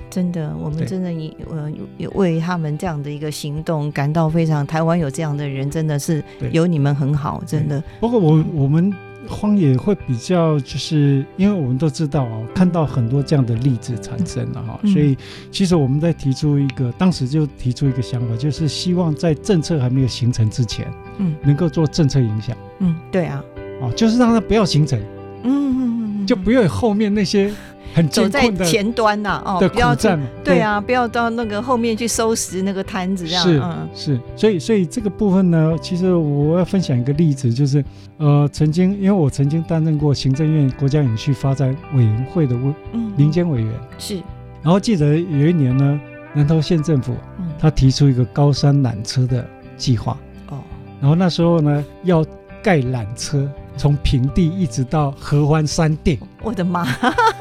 Speaker 1: 真的，我们
Speaker 2: 对
Speaker 1: 真的也呃也为他们这样的一个行动感到非常。台湾有这样的人，真的是
Speaker 2: 对
Speaker 1: 有你们很好，真的。
Speaker 2: 不过我我们荒野会比较，就是因为我们都知道哦，看到很多这样的例子产生了哈、
Speaker 1: 嗯
Speaker 2: 所以其实我们在提出一个，当时就提出一个想法，就是希望在政策还没有形成之前，
Speaker 1: 嗯
Speaker 2: 能够做政策影响
Speaker 1: 嗯，对啊，
Speaker 2: 哦，就是让它不要形成，
Speaker 1: 嗯嗯嗯嗯，
Speaker 2: 就不要有后面那些很
Speaker 1: 走
Speaker 2: 艰
Speaker 1: 在
Speaker 2: 困的
Speaker 1: 前端呐、哦，
Speaker 2: 的
Speaker 1: 不要
Speaker 2: 苦
Speaker 1: 去
Speaker 2: 战嘛，
Speaker 1: 对啊，不要到那个后面去收拾那个摊子这样，
Speaker 2: 是
Speaker 1: 嗯
Speaker 2: 是，所以所以这个部分呢，其实我要分享一个例子，就是呃，曾经因为我曾经担任过行政院国家永续发展委员会的委
Speaker 1: 嗯，
Speaker 2: 民间委员，
Speaker 1: 是，
Speaker 2: 然后记得有一年呢，南投县政府
Speaker 1: 嗯，
Speaker 2: 他提出一个高山缆车的计划，
Speaker 1: 哦，
Speaker 2: 然后那时候呢要盖缆车。从平地一直到合欢山顶，
Speaker 1: 我的妈，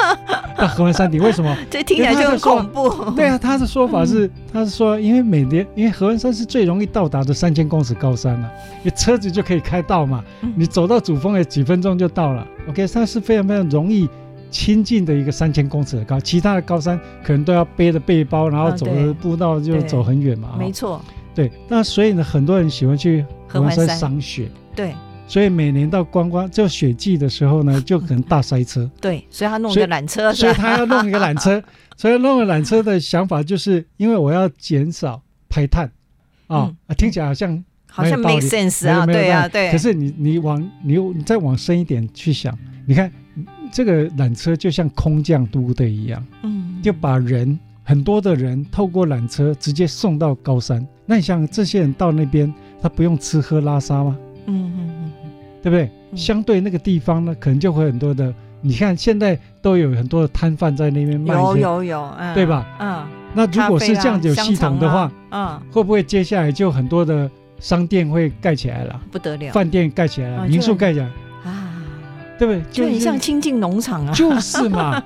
Speaker 1: *laughs*
Speaker 2: 到合欢山顶为什么？
Speaker 1: 这听起来就很恐怖，
Speaker 2: 对啊，他的说法是，他是说，因为每年因为合欢山是最容易到达的三千公尺高山了、你车子就可以开到嘛，
Speaker 1: 嗯
Speaker 2: *laughs* 你走到主峰也几分钟就到了。OK，它是非常非常容易亲近的一个三千公尺的高，其他的高山可能都要背着背包，然后
Speaker 1: 啊
Speaker 2: 走
Speaker 1: 对
Speaker 2: 的步道就
Speaker 1: 对
Speaker 2: 走很远嘛。
Speaker 1: 嗯没
Speaker 2: 哦
Speaker 1: 错，
Speaker 2: 对，那所以呢，很多人喜欢去合欢
Speaker 1: 合欢
Speaker 2: 山
Speaker 1: 山
Speaker 2: 赏雪。
Speaker 1: 对
Speaker 2: 所以每年到观光就雪季的时候呢，就可能大塞
Speaker 1: *laughs*
Speaker 2: 车，
Speaker 1: 对，所以他弄
Speaker 2: 所
Speaker 1: 个
Speaker 2: 以
Speaker 1: 缆车是
Speaker 2: 所
Speaker 1: 吧？
Speaker 2: 以他要弄一个缆
Speaker 1: *laughs*
Speaker 2: 车，所以弄个缆车的想法就是，因为我要减少排碳啊、
Speaker 1: 嗯
Speaker 2: 啊，听起来好像
Speaker 1: 好像
Speaker 2: 没有道理
Speaker 1: make sense 啊，
Speaker 2: 没有没有
Speaker 1: 对啊，
Speaker 2: 道理
Speaker 1: 对，
Speaker 2: 可是你你往你你再往深一点去想，你看嗯这个缆车就像空降部队一样，
Speaker 1: 嗯，
Speaker 2: 就把人很多的人透过缆车直接送到高山。那你想这些人到那边，他不用吃喝拉撒吗？
Speaker 1: 嗯嗯嗯
Speaker 2: 对不对？
Speaker 1: 嗯
Speaker 2: 相对那个地方呢，可能就会很多的。你看现在都有很多的摊贩在那边
Speaker 1: 嗯，
Speaker 2: 卖一
Speaker 1: 有
Speaker 2: 些
Speaker 1: 有有，嗯，
Speaker 2: 对吧？
Speaker 1: 嗯，
Speaker 2: 那如果是这样子有
Speaker 1: 咖啡啊
Speaker 2: 系统的话，，
Speaker 1: 香肠啊
Speaker 2: 会不会接下来就很多的商店会盖起来了
Speaker 1: 嗯，，不得了
Speaker 2: 饭店盖起来
Speaker 1: 啊
Speaker 2: 了，
Speaker 1: 就
Speaker 2: 民宿盖起来了，
Speaker 1: 啊，
Speaker 2: 对不对？
Speaker 1: 就很
Speaker 2: 是
Speaker 1: 像亲近农场啊，
Speaker 2: 就是
Speaker 1: *laughs*
Speaker 2: 嘛，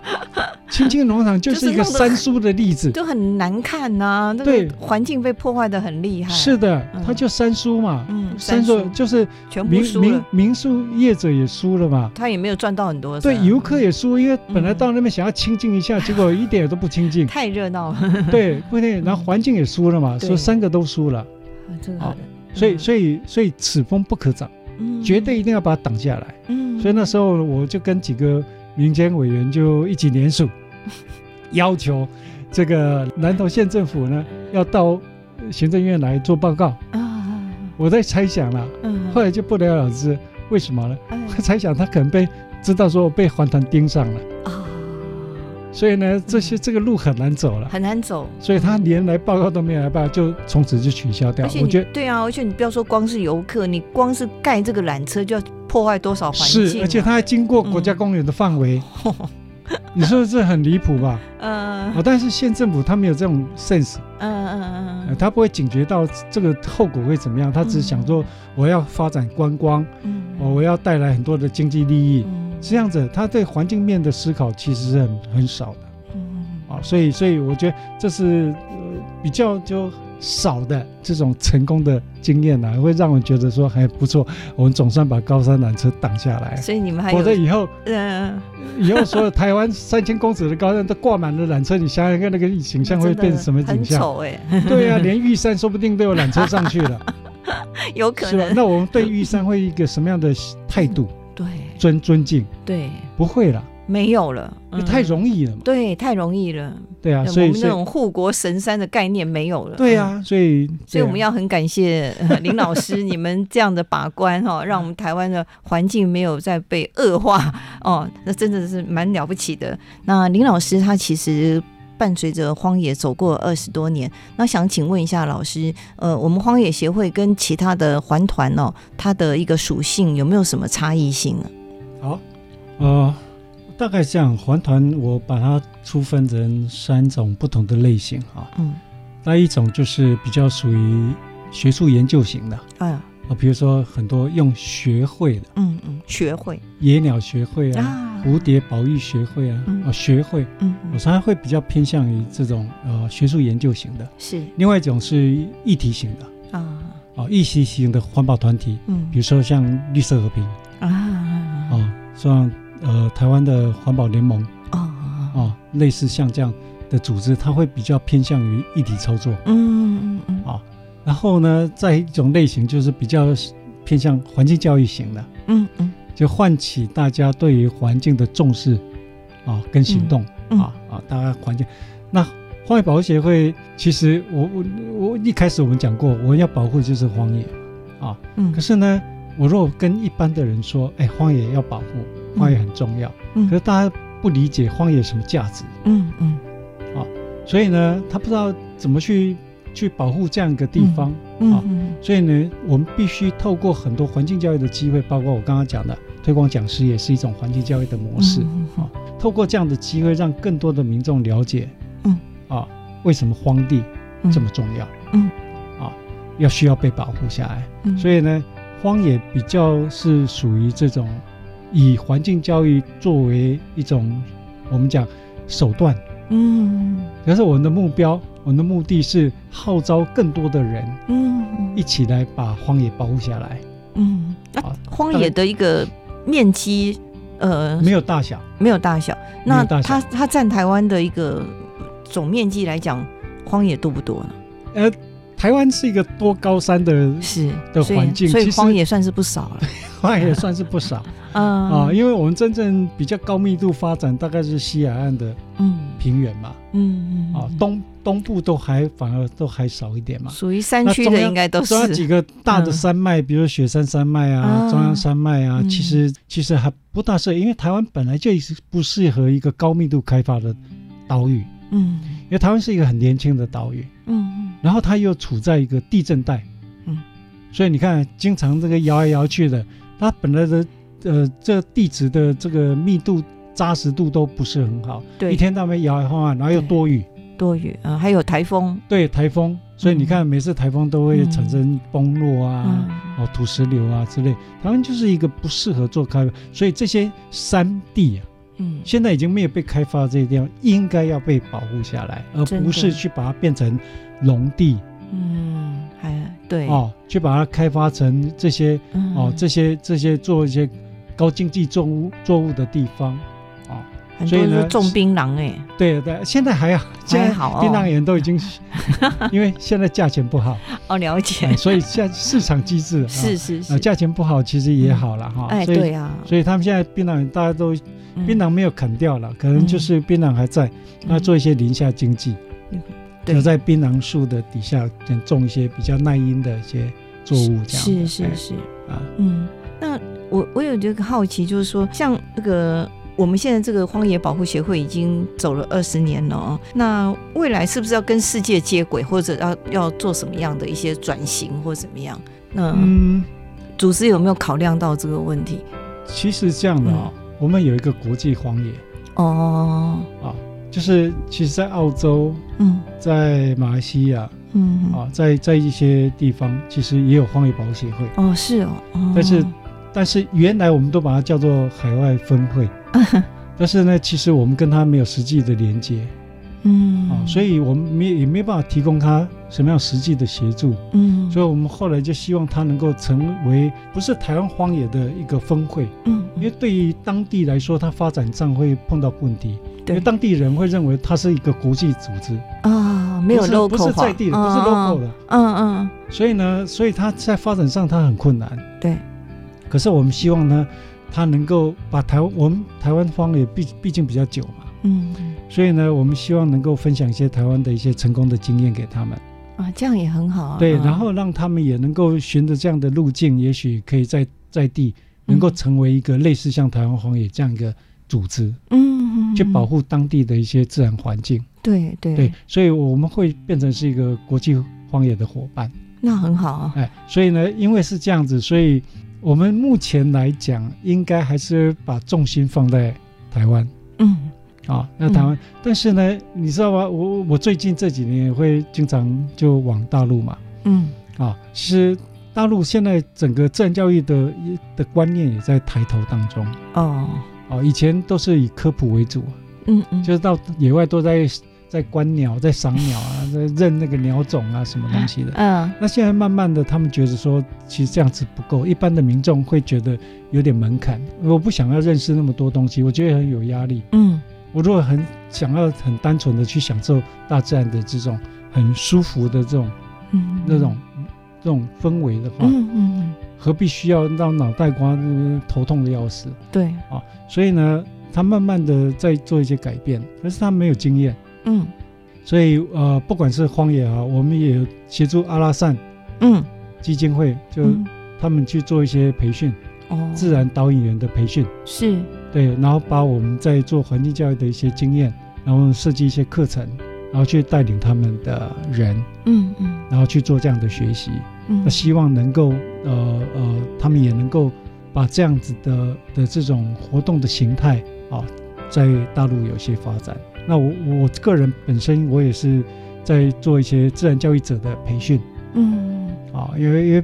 Speaker 2: 青青农场就是一个三叔的例子。
Speaker 1: 就很难看呐，那
Speaker 2: 对
Speaker 1: 个环境被破坏的很厉害，
Speaker 2: 是，的
Speaker 1: 嗯，
Speaker 2: 他就三叔嘛，
Speaker 1: 嗯，
Speaker 2: 三
Speaker 1: 三
Speaker 2: 叔
Speaker 1: 叔
Speaker 2: 就是
Speaker 1: 全部
Speaker 2: 民
Speaker 1: 输
Speaker 2: 民
Speaker 1: 了，
Speaker 2: 民宿业者也输了嘛，
Speaker 1: 他也没有赚到很多，
Speaker 2: 对
Speaker 1: 是，啊嗯吧，
Speaker 2: 游客也输，因为本来到那边想要清静一下，结果一点也都不清静
Speaker 1: *laughs* 太热
Speaker 2: *laughs*
Speaker 1: 闹了，啊
Speaker 2: 对，不对，然后环境也输了嘛，
Speaker 1: 嗯对嗯
Speaker 2: 所以三个都输了，
Speaker 1: 这个
Speaker 2: 好所以所以所以此风不可长，
Speaker 1: 以
Speaker 2: 绝对一，定要把它挡下来。
Speaker 1: 嗯
Speaker 2: 所以那时候我就跟几个民间委员就一起联
Speaker 1: *laughs*
Speaker 2: 署，要求这个南投县政府呢要到行政院来做报告。
Speaker 1: 候啊，
Speaker 2: 我在猜想啦，
Speaker 1: 嗯，
Speaker 2: 后来就不了了之，为什么呢？
Speaker 1: 哎
Speaker 2: 我猜想他可能被知道说被环团盯上了，
Speaker 1: 啊，
Speaker 2: 所以呢这些这个路很难走了。
Speaker 1: 嗯很难走，
Speaker 2: 所以他连来报告都没有来报，就从此就取消掉
Speaker 1: 而
Speaker 2: 了。
Speaker 1: 且
Speaker 2: 我
Speaker 1: 你
Speaker 2: 觉得
Speaker 1: 对啊，而且你不要说光是游客，你光是盖这个缆车就要破坏多少环境啊、
Speaker 2: 是，而且他还经过国家
Speaker 1: 嗯
Speaker 2: 公园的范围，你说这很离谱
Speaker 1: *laughs*
Speaker 2: 吧？
Speaker 1: *laughs* 呃
Speaker 2: 哦，但是县政府他没有这种 sense，
Speaker 1: 嗯嗯
Speaker 2: 呃
Speaker 1: 嗯
Speaker 2: 他不会警觉到这个后果会怎么样，他只想说我要发展观光，
Speaker 1: 嗯，
Speaker 2: 哦我要带来很多的经济利益，
Speaker 1: 嗯
Speaker 2: 是这样子。他对环境面的思考其实是很很少的
Speaker 1: 嗯
Speaker 2: 啊，所以所以我觉得这是、呃、比较就少的这种成功的经验呢、会让我觉得说还不错，我们总算把高山缆车挡下来
Speaker 1: 嗯，。所以你们还有
Speaker 2: 否则以后
Speaker 1: 嗯、
Speaker 2: 以后所有台湾三千公尺的高山都挂满了缆车，你想想看那个景象会
Speaker 1: 哎真的
Speaker 2: 变成什么景
Speaker 1: 很
Speaker 2: 象？
Speaker 1: 丑哎、
Speaker 2: 对呀、连玉山说不定都有缆车上去了，
Speaker 1: 有可
Speaker 2: 是吧？
Speaker 1: 能
Speaker 2: 那我们对玉山会一个什么样的态
Speaker 1: *laughs*
Speaker 2: 度？
Speaker 1: 对
Speaker 2: 尊尊敬？
Speaker 1: 对
Speaker 2: 不会啦，
Speaker 1: 没有了，嗯
Speaker 2: 因为太容易了嘛。
Speaker 1: 对太容易了，
Speaker 2: 对啊，
Speaker 1: 对
Speaker 2: 所
Speaker 1: 我
Speaker 2: 以
Speaker 1: 们那
Speaker 2: 所以
Speaker 1: 种护国神山的概念没有了，
Speaker 2: 对
Speaker 1: 嗯
Speaker 2: 啊，所以
Speaker 1: 所以我们
Speaker 2: 要
Speaker 1: 要很感谢、呃林老师你们这样的把关哈、 *laughs* 让我们台湾的环境没有再被恶化哦，那真的是蛮了不起的。那林老师他其实。伴随着荒野走过二十多年，那想请问一下老师，呃，我们荒野协会跟其他的环团哦，它的一个属性有没有什么差异性呢？
Speaker 2: 好，呃，大概这样，环团我把它粗分成三种不同的类型哈。
Speaker 1: 嗯，
Speaker 2: 那一种就是比较属于学术研究型的啊，
Speaker 1: 哎呀，
Speaker 2: 比如说很多用学会的
Speaker 1: 嗯嗯，学会
Speaker 2: 野鸟学会啊、
Speaker 1: 啊
Speaker 2: 蝴，蝶保育学会啊，
Speaker 1: 嗯
Speaker 2: 啊学会，
Speaker 1: 嗯，
Speaker 2: 我
Speaker 1: 嗯
Speaker 2: 常常会比较偏向于这种呃学术研究型的，
Speaker 1: 是
Speaker 2: 另外一种是议题型的
Speaker 1: 啊，
Speaker 2: 啊，议题型的环保团体，
Speaker 1: 嗯
Speaker 2: 比如说像绿色和平
Speaker 1: 啊啊
Speaker 2: 啊，像呃台湾的环保联盟
Speaker 1: 啊
Speaker 2: 啊，类似像这样的组织，它会比较偏向于议题操作。啊
Speaker 1: 嗯嗯嗯
Speaker 2: 然后呢，再一种类型就是比较偏向环境教育型的，
Speaker 1: 嗯嗯
Speaker 2: 就唤起大家对于环境的重视啊，跟行动、
Speaker 1: 嗯嗯
Speaker 2: 啊啊，大家环境。那荒野保护协会，其实我我我一开始我们讲过，我们要保护就是荒野啊。
Speaker 1: 嗯，
Speaker 2: 可是呢，我如果跟一般的人说，哎，荒野要保护，荒野很重要，
Speaker 1: 嗯
Speaker 2: 可是大家不理解荒野什么价值，
Speaker 1: 嗯嗯
Speaker 2: 所以呢，他不知道怎么去去保护这样一个地方。
Speaker 1: 嗯
Speaker 2: 啊
Speaker 1: 嗯
Speaker 2: 所以呢，我们必须透过很多环境教育的机会，包括我刚刚讲的推广讲师，也是一种环境教育的模式。哦
Speaker 1: 嗯嗯
Speaker 2: 透过这样的机会，让更多的民众了解，
Speaker 1: 嗯，
Speaker 2: 啊，为什么荒地
Speaker 1: 嗯
Speaker 2: 这么重要？
Speaker 1: 嗯，
Speaker 2: 啊，要需要被保护下来。
Speaker 1: 嗯
Speaker 2: 所以呢，荒野比较是属于这种以环境教育作为一种我们讲手段，
Speaker 1: 嗯
Speaker 2: 可是我们的目标，我们的目的是号召更多的人
Speaker 1: 嗯
Speaker 2: 一起来把荒野保护下来。
Speaker 1: 嗯，那
Speaker 2: 啊，
Speaker 1: 荒野的一个面积，呃，
Speaker 2: 没有大小，
Speaker 1: 没有大小，
Speaker 2: 没
Speaker 1: 那
Speaker 2: 有大小
Speaker 1: 它它占台湾的一个总面积来讲，荒野多不多呢？
Speaker 2: 台湾是一个多高山的
Speaker 1: 是
Speaker 2: 的
Speaker 1: 所以
Speaker 2: 环境
Speaker 1: 所以
Speaker 2: 其实
Speaker 1: 荒野算是不少了。
Speaker 2: *laughs* 荒野，算是不少
Speaker 1: 嗯
Speaker 2: 啊。因为我们真正比较高密度发展，大概是西海岸的
Speaker 1: 嗯
Speaker 2: 平原嘛，
Speaker 1: 嗯嗯
Speaker 2: 啊，
Speaker 1: 嗯
Speaker 2: 东东部都还反而都还少一点嘛。
Speaker 1: 属于山
Speaker 2: 那
Speaker 1: 区
Speaker 2: 中
Speaker 1: 的
Speaker 2: 央
Speaker 1: 应该都是
Speaker 2: 中央几个大的
Speaker 1: 嗯
Speaker 2: 山脉，比如雪山山脉啊、
Speaker 1: 啊
Speaker 2: 中央山脉啊，
Speaker 1: 嗯
Speaker 2: 其实其实还不大适合，因为台湾本来就是不适合一个高密度开发的岛屿，
Speaker 1: 嗯
Speaker 2: 因为台湾是一个很年轻的岛屿。
Speaker 1: 嗯嗯
Speaker 2: 然后它又处在一个地震带，
Speaker 1: 嗯，
Speaker 2: 所以你看，经常这个摇来摇去的，它本来的呃这地质的这个密度扎实度都不是很好，
Speaker 1: 对
Speaker 2: 一天到晚摇来晃啊，然后又多雨，
Speaker 1: 多雨啊，还有台风，
Speaker 2: 对台风，所以你看每次台风都会
Speaker 1: 嗯
Speaker 2: 产生崩落啊，
Speaker 1: 嗯
Speaker 2: 哦土石流啊之类，台湾就是一个不适合做开发，所以这些山地啊，
Speaker 1: 嗯
Speaker 2: 现在已经没有被开发的这些地方，应该要被保护下来，而
Speaker 1: 真的
Speaker 2: 不是去把它变成农地。
Speaker 1: 嗯，还对
Speaker 2: 哦，去把它开发成这些哦，
Speaker 1: 嗯
Speaker 2: 这些这些做一些高经济作物作物的地方。
Speaker 1: 很
Speaker 2: 所
Speaker 1: 多
Speaker 2: 以
Speaker 1: 是
Speaker 2: 呢
Speaker 1: 种槟榔哎，
Speaker 2: 对对，现在还好，现在
Speaker 1: 还好哦
Speaker 2: 槟榔园都已
Speaker 1: *laughs*
Speaker 2: 经，因为现在价钱不好，
Speaker 1: 哦，了
Speaker 2: 哎 *laughs*
Speaker 1: 解，
Speaker 2: 所以现在市场机制啊
Speaker 1: 是是
Speaker 2: 呃
Speaker 1: 是，
Speaker 2: 价钱不好，其实也好了哈。
Speaker 1: 哎，
Speaker 2: 所以
Speaker 1: 对啊，
Speaker 2: 所以他们现在槟榔园大家都
Speaker 1: 嗯
Speaker 2: 槟榔没有砍掉了，可能就是槟榔还在，那做一些林下经济
Speaker 1: 嗯，对
Speaker 2: 就在槟榔树的底下嗯种一些比较耐阴的一些作物这样
Speaker 1: 是
Speaker 2: 子。
Speaker 1: 是是，
Speaker 2: 哎啊。
Speaker 1: 嗯，那我我有这个好奇，就是说，像那个我们现在这个荒野保护协会已经走了二十年了哦，那未来是不是要跟世界接轨，或者要要做什么样的一些转型或怎么样？那、
Speaker 2: 嗯，
Speaker 1: 组织有没有考量到这个问题？
Speaker 2: 其实这样的
Speaker 1: 嗯
Speaker 2: 啊、我们有一个国际荒野，
Speaker 1: 哦，
Speaker 2: 就是其实，在澳洲、
Speaker 1: 嗯
Speaker 2: 在马来西亚
Speaker 1: 嗯，
Speaker 2: 啊，在在一些地方，其实也有荒野保护协会，
Speaker 1: 哦是哦，哦
Speaker 2: 但是但是原来我们都把它叫做海外分
Speaker 1: *laughs*
Speaker 2: 会，但是呢，其实我们跟它没有实际的连接
Speaker 1: 嗯
Speaker 2: 啊，所以我们没也没办法提供它什么样实际的协助，
Speaker 1: 嗯，
Speaker 2: 所以我们后来就希望它能够成为不是台湾荒野的一个分会，
Speaker 1: 嗯，
Speaker 2: 因为对于当地来说，它发展上会碰到问题。因
Speaker 1: 对
Speaker 2: 为当地人会认为它是一个国际组织，
Speaker 1: 啊没有
Speaker 2: 不是
Speaker 1: local
Speaker 2: 不是在地的，不是 local
Speaker 1: 的，
Speaker 2: 的，
Speaker 1: 嗯嗯
Speaker 2: 所以呢，所以它在发展上它很困难。
Speaker 1: 对，
Speaker 2: 可是我们希望呢，它能够把台湾我们台湾荒野毕毕竟比较久嘛，
Speaker 1: 嗯嗯
Speaker 2: 所以呢，我们希望能够分享一些台湾的一些成功的经验给他们，
Speaker 1: 啊这样也很好啊，
Speaker 2: 对，
Speaker 1: 嗯
Speaker 2: 然后让他们也能够循着这样的路径，也许可以在在地能够
Speaker 1: 嗯
Speaker 2: 成为一个类似像台湾荒野这样一个组织，
Speaker 1: 嗯嗯
Speaker 2: 去保
Speaker 1: 嗯
Speaker 2: 护当地的一些自然环境。
Speaker 1: 对对
Speaker 2: 对，所以我们会变成是一个国际荒野的伙伴。
Speaker 1: 那很好啊，
Speaker 2: 哎，所以呢，因为是这样子，所以我们目前来讲，应该还是把重心放在台湾
Speaker 1: 嗯
Speaker 2: 啊。那台湾，但是呢，你知道吗？我我最近这几年也会经常就往大陆嘛
Speaker 1: 嗯
Speaker 2: 啊。其实大陆现在整个自然教育的的观念也在抬头当中
Speaker 1: 哦
Speaker 2: 啊。以前都是以科普为主，
Speaker 1: 嗯嗯
Speaker 2: 就是到野外都在在观鸟、在赏鸟啊，在认那个鸟种啊，什么东西的。
Speaker 1: 嗯
Speaker 2: 那现在慢慢的，他们觉得说，其实这样子不够，一般的民众会觉得有点门槛。我不想要认识那么多东西，我觉得很有压力。
Speaker 1: 嗯
Speaker 2: 我如果很想要很单纯的去享受大自然的这种很舒服的这种啊
Speaker 1: 嗯
Speaker 2: 那种这种氛围的话，
Speaker 1: 嗯嗯
Speaker 2: 何必需要让脑袋瓜呃头痛的要死
Speaker 1: 嗯，对，
Speaker 2: 啊？所以呢，他慢慢的在做一些改变，可是他没有经验，
Speaker 1: 嗯
Speaker 2: 所以呃，不管是荒野啊，我们也有协助阿拉善
Speaker 1: 嗯，
Speaker 2: 基金会，就
Speaker 1: 嗯
Speaker 2: 他们去做一些培训，
Speaker 1: 哦，
Speaker 2: 自然导引员的培训，
Speaker 1: 是
Speaker 2: 对，然后把我们在做环境教育的一些经验，然后设计一些课程，然后去带领他们的人，
Speaker 1: 嗯嗯
Speaker 2: 然后去做这样的学习。
Speaker 1: 嗯，
Speaker 2: 那希望能够呃呃，他们也能够把这样子的的这种活动的形态啊，在大陆有些发展。那我我个人本身我也是在做一些自然教育者的培训
Speaker 1: 嗯
Speaker 2: 啊，因为因为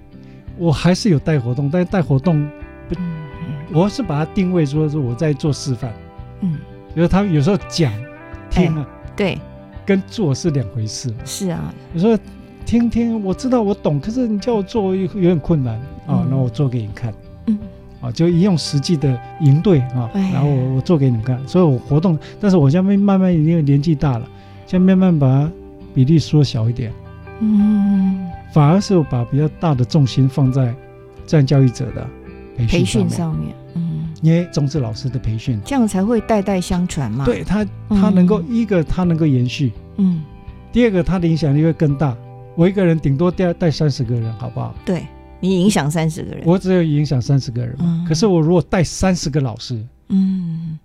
Speaker 2: 我还是有带活动，但是带活动
Speaker 1: 嗯嗯
Speaker 2: 我是把它定位说是我在做示范，
Speaker 1: 嗯，
Speaker 2: 因为他们有时候讲听啊、
Speaker 1: 对，
Speaker 2: 跟做是两回事，
Speaker 1: 是啊，
Speaker 2: 有时候听听我知道我懂，可是你叫我做有有点困难啊
Speaker 1: 嗯，
Speaker 2: 那我做给你看。
Speaker 1: 嗯
Speaker 2: 啊，就一用实际的营队啊，
Speaker 1: 哎
Speaker 2: 然后我我做给你们看，所以我活动，但是我现在慢慢因为年纪大了，现在慢慢把它比例缩小一点，
Speaker 1: 嗯，
Speaker 2: 反而是我把比较大的重心放在自然教育者的
Speaker 1: 培
Speaker 2: 培
Speaker 1: 训
Speaker 2: 训面，
Speaker 1: 上面，嗯，
Speaker 2: 因为中志老师的培训，
Speaker 1: 这样才会代代相传嘛。，
Speaker 2: 对他他能够、一个他能够延续，
Speaker 1: 嗯，
Speaker 2: 第二个他的影响力会更大。我一个人顶多带带三十个人，好不好？
Speaker 1: 对你影响三十个人，
Speaker 2: 我只有影响三十个人嘛，
Speaker 1: 嗯
Speaker 2: 可是我如果带三十个老师，
Speaker 1: 嗯，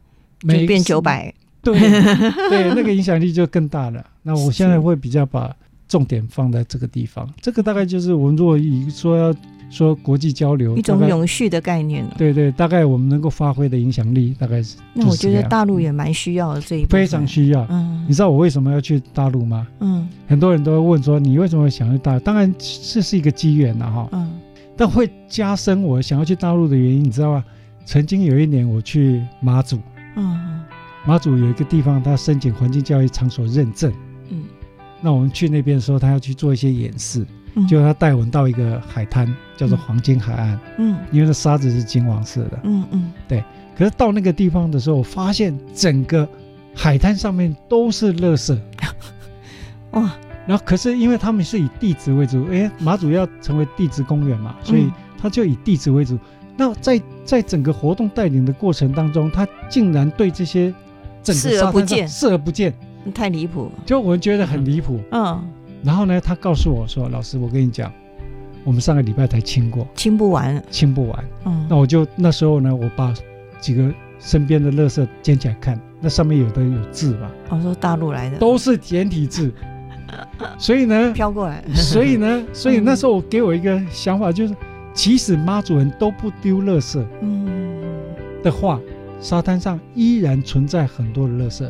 Speaker 2: 每
Speaker 1: 就变
Speaker 2: 一次
Speaker 1: 九百，
Speaker 2: *laughs*
Speaker 1: *laughs*
Speaker 2: 对对，那个影响力就更大了。那我现在会比较把重点放在这个地方，这个大概就是我们如果以说要说国际交流，
Speaker 1: 一种
Speaker 2: 大概
Speaker 1: 永续的概念了。
Speaker 2: 对对，大概我们能够发挥的影响力大概是
Speaker 1: 那我
Speaker 2: 就是
Speaker 1: 觉
Speaker 2: 这
Speaker 1: 得
Speaker 2: 样
Speaker 1: 大陆也蛮需要的这一部分
Speaker 2: 非常需要。
Speaker 1: 嗯
Speaker 2: 你知道我为什么要去大陆吗？
Speaker 1: 嗯
Speaker 2: 很多人都会问说你为什么会想去大陆？当然这是一个机缘了哈，
Speaker 1: 嗯
Speaker 2: 但会加深我想要去大陆的原因，你知道吗？曾经有一年我去马祖，
Speaker 1: 嗯
Speaker 2: 马祖有一个地方，它申请环境教育场所认证。
Speaker 1: 嗯
Speaker 2: 那我们去那边的时候，他要去做一些演示，
Speaker 1: 嗯，
Speaker 2: 就他带我们到一个海滩，叫做黄金海岸，
Speaker 1: 嗯
Speaker 2: 因为那沙子是金黄色的。
Speaker 1: 嗯嗯
Speaker 2: 可是到那个地方的时候，我发现整个海滩上面都是垃圾。
Speaker 1: 哇
Speaker 2: 然后，可是因为他们是以地质为主，诶，马祖要成为地质公园嘛，所以
Speaker 1: 嗯
Speaker 2: 他就以地质为主。那在在整个活动带领的过程当中，他竟然对这些整个
Speaker 1: 视而
Speaker 2: 沙滩
Speaker 1: 不
Speaker 2: 上
Speaker 1: 见
Speaker 2: 视而不见，
Speaker 1: 嗯太离谱了。
Speaker 2: 就我觉得很离谱。
Speaker 1: 嗯，
Speaker 2: 然后呢，他告诉我说：“老师，我跟你讲，我们上个礼拜才清过，
Speaker 1: 清不完。
Speaker 2: 清不完。
Speaker 1: 嗯，
Speaker 2: 那我就那时候呢，我把几个身边的垃圾捡起来看，那上面有的有字嘛，
Speaker 1: 我说大陆来的
Speaker 2: 都是简体字。所以呢，
Speaker 1: 飘过来。
Speaker 2: 所以呢，所以那时候我给我一个想法，就是即使妈祖人都不丢垃圾
Speaker 1: 嗯
Speaker 2: 的话，沙滩上依然存在很多的垃圾。”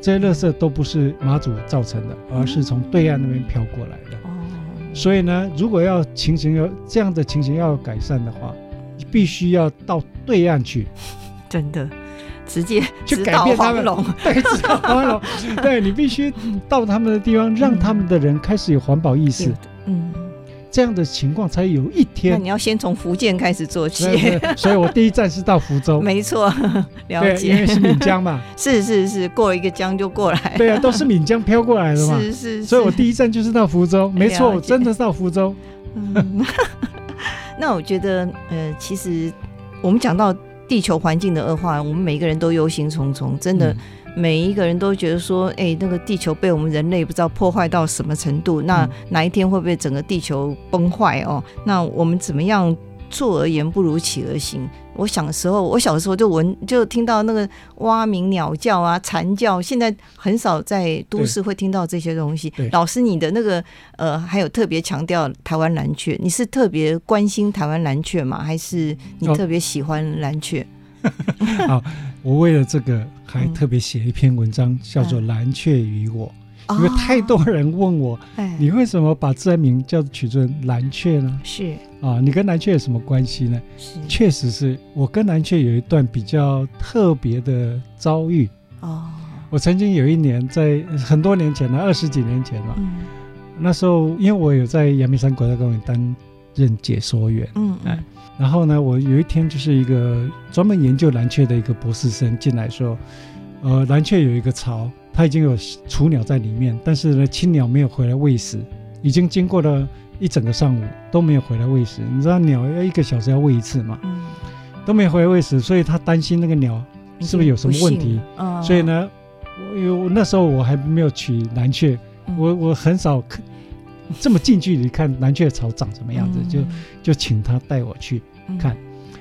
Speaker 2: 这些垃圾都不是妈祖造成的，而是从对岸那边飘过来的。
Speaker 1: 哦
Speaker 2: 所以呢，如果要情形要这样的情形要改善的话，你必须要到对
Speaker 1: *laughs*
Speaker 2: 岸去，
Speaker 1: 真的直接
Speaker 2: 去
Speaker 1: 直
Speaker 2: 改
Speaker 1: 捣
Speaker 2: 变他
Speaker 1: 黄
Speaker 2: 们
Speaker 1: 龙。
Speaker 2: 对，知道吗？对你必须到他们的地方，让他们的人开始有环保意识，
Speaker 1: 嗯，
Speaker 2: 这样的情况才有一
Speaker 1: 那
Speaker 2: 天。
Speaker 1: 你要先从福建开始做起
Speaker 2: 所。以，所以我第一站是到福州，
Speaker 1: *laughs* 没
Speaker 2: *laughs*
Speaker 1: 错，了
Speaker 2: 对，因
Speaker 1: 解
Speaker 2: 为。是闽江嘛，
Speaker 1: *laughs* 是是是，过了一个江就过来。
Speaker 2: 对啊，都是闽江飘过来的嘛，
Speaker 1: 是是，
Speaker 2: 所以我
Speaker 1: 是
Speaker 2: 第一站就是到福州，没错，
Speaker 1: 了解
Speaker 2: 我真的到福州，
Speaker 1: 嗯， *laughs* 那我觉得，呃，其实我们讲到地球环境的恶化，我们每一个人都忧心忡忡，真的，
Speaker 2: 嗯
Speaker 1: 每一个人都觉得说，哎、那个地球被我们人类不知道破坏到什么程度，那
Speaker 2: 嗯
Speaker 1: 哪一天会不会整个地球崩坏哦？那我们怎么样？坐而言不如起而行。我小时候，我小时候就闻就听到那个蛙鸣、鸟叫啊、蝉叫，现在很少在都
Speaker 2: 对
Speaker 1: 市会听到这些东西
Speaker 2: 对。
Speaker 1: 老师，你的那个呃，还有特别强调台湾蓝雀，你是特别关心台湾蓝雀吗？还是你
Speaker 2: 哦
Speaker 1: 特别喜欢蓝雀？
Speaker 2: 我为了这个还
Speaker 1: 嗯
Speaker 2: 特别写一篇文章，叫做《蓝雀与我》。
Speaker 1: 哦
Speaker 2: 因为太多人问我，
Speaker 1: 哎，
Speaker 2: 你为什么把自然名叫取作蓝雀呢？
Speaker 1: 是
Speaker 2: 啊，你跟蓝雀有什么关系呢？
Speaker 1: 是
Speaker 2: 确实是我跟蓝雀有一段比较特别的遭遇。
Speaker 1: 哦，
Speaker 2: 我曾经有一年在很多年前了，二十几年前了，
Speaker 1: 嗯
Speaker 2: 那时候因为我有在阳明山国家公园担任解说员，
Speaker 1: 嗯嗯
Speaker 2: 哎然后呢，我有一天就是一个专门研究蓝雀的一个博士生进来说，呃，蓝雀有一个巢，它已经有雏鸟在里面，但是呢，青鸟没有回来喂食，已经经过了一整个上午都没有回来喂食。你知道鸟要一个小时要喂一次嘛，
Speaker 1: 嗯，
Speaker 2: 都没回来喂食，所以他担心那个鸟是不是有什么问题？
Speaker 1: 嗯，
Speaker 2: 所以呢，我因为我那时候我还没有娶蓝雀，
Speaker 1: 嗯，
Speaker 2: 我我很少看这么近距离看蓝雀巢长什么样子，
Speaker 1: 嗯
Speaker 2: 就就请他带我去。
Speaker 1: 嗯
Speaker 2: 看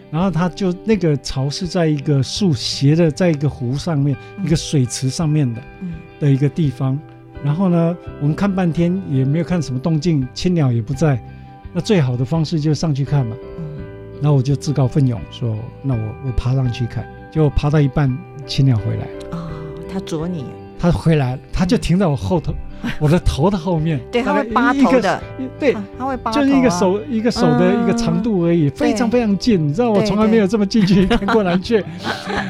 Speaker 2: 然后他就那个巢是在一个树斜的，在一个湖上面，
Speaker 1: 嗯
Speaker 2: 一个水池上面的
Speaker 1: 嗯
Speaker 2: 的一个地方。然后呢，我们看半天也没有看什么动静，青鸟也不在。那最好的方式就上去看嘛。
Speaker 1: 嗯
Speaker 2: 然后我就自告奋勇说：“那我我爬上去看。”结果爬到一半，青鸟回来，
Speaker 1: 哦，他啄你，
Speaker 2: 它回来，它就停在我后头，我的头的后面。
Speaker 1: *laughs* 对，他
Speaker 2: 大概
Speaker 1: 会扒
Speaker 2: 一
Speaker 1: 头
Speaker 2: 个，
Speaker 1: 的，
Speaker 2: 一对，
Speaker 1: 啊他会扒头啊，
Speaker 2: 就是一个手一个手的
Speaker 1: 嗯
Speaker 2: 一个长度而已，非常非常近。你知道我
Speaker 1: 对
Speaker 2: 从来没有这么近距离 *laughs* 看过蓝雀。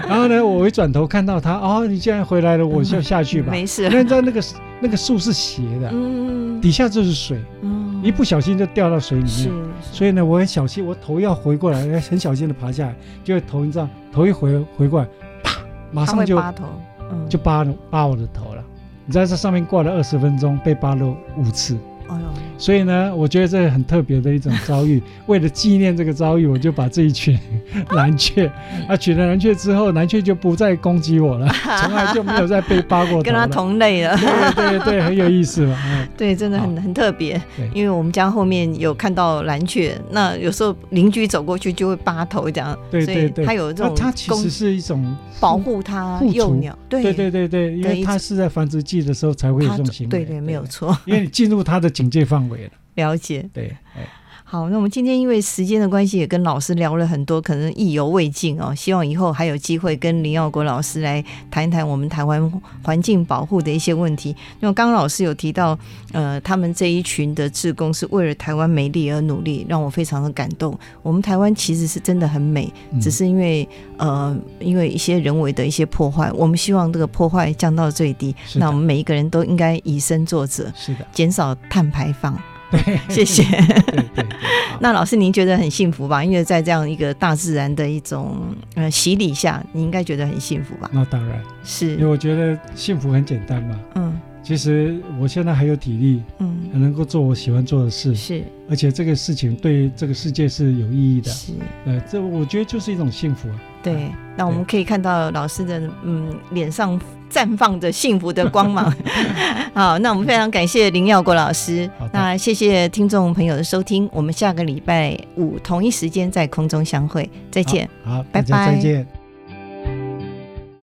Speaker 2: 然后呢，我一转头看到它，哦，你竟然回来了，我就下去吧。
Speaker 1: 没事
Speaker 2: 因，为在那个那个树是斜的，
Speaker 1: 嗯，
Speaker 2: 底下就是水，
Speaker 1: 嗯
Speaker 2: 一不小心就掉到水里
Speaker 1: 是
Speaker 2: 面。，所以呢，我很小心，我头要回过来，很小心的爬下来，就头你知道，头一回回过来，啪，马
Speaker 1: 以
Speaker 2: 上就
Speaker 1: 扒头，嗯，
Speaker 2: 就扒了扒我的头了。你在这上面挂了二十分钟，被扒了五次。
Speaker 1: 哎呦，
Speaker 2: 所以呢，我觉得这很特别的一种遭遇。为了纪念这个遭遇，我就把这一群 *laughs* 蓝雀，
Speaker 1: 嗯
Speaker 2: 啊，取了蓝雀之后，蓝雀就不再攻击
Speaker 1: *laughs*
Speaker 2: 我了，从来就没有再被扒过头
Speaker 1: 跟他
Speaker 2: 了。
Speaker 1: 同类了。
Speaker 2: 对对对，很有意思嘛。嗯
Speaker 1: 对，真的很很特别
Speaker 2: 对，
Speaker 1: 因为我们家后面有看到蓝雀，那有时候邻居走过去就会扒头这样，
Speaker 2: 对对
Speaker 1: 所
Speaker 2: 对
Speaker 1: 以它 *laughs* 有这
Speaker 2: 那
Speaker 1: 种
Speaker 2: 它其
Speaker 1: 攻
Speaker 2: 实是一种
Speaker 1: 保护它
Speaker 2: 护
Speaker 1: 幼
Speaker 2: 雏
Speaker 1: 鸟，对
Speaker 2: 对对对对，因
Speaker 1: 的一
Speaker 2: 为它
Speaker 1: 种
Speaker 2: 是在繁殖季的时候才会有
Speaker 1: 它
Speaker 2: 这种行为。
Speaker 1: 对对没有，错， *laughs*
Speaker 2: 因为你进入它的警戒范围了。
Speaker 1: 了解。
Speaker 2: 对，哎
Speaker 1: 好，那我们今天因为时间的关系，也跟老师聊了很多，可能意犹未尽哦。希望以后还有机会跟林耀国老师来谈一谈我们台湾环境保护的一些问题。那么刚刚老师有提到，呃，他们这一群的志工是为了台湾美丽而努力，让我非常的感动。我们台湾其实是真的很美，
Speaker 2: 嗯
Speaker 1: 只是因为呃，因为一些人为的一些破坏，我们希望这个破坏降到最低。
Speaker 2: 是的
Speaker 1: 那我们每一个人都应该以身作则，
Speaker 2: 是的，
Speaker 1: 减少碳排放。 *laughs* 谢谢。
Speaker 2: 对对对。好
Speaker 1: 那老师，您觉得很幸福吧？因为在这样一个大自然的一种呃洗礼下，你应该觉得很幸福吧？
Speaker 2: 那当然，因为
Speaker 1: 是，
Speaker 2: 我觉得幸福很简单嘛。
Speaker 1: 嗯
Speaker 2: 其实我现在还有体力，
Speaker 1: 嗯，
Speaker 2: 还能够做我喜欢做的事，
Speaker 1: 是
Speaker 2: 而且这个事情对这个世界是有意义的。
Speaker 1: 是，
Speaker 2: 呃，这我觉得就是一种幸福啊。
Speaker 1: 对。那我们可以看到老师的嗯脸上绽放着幸福的光
Speaker 2: *laughs*
Speaker 1: 芒。 *laughs* 好，那我们非常感谢林耀国老师
Speaker 2: 好的，
Speaker 1: 那谢谢听众朋友的收听，我们下个礼拜五同一时间在空中相会，再见。
Speaker 2: 好，好
Speaker 1: 拜
Speaker 2: 大家再
Speaker 1: 拜
Speaker 2: 见。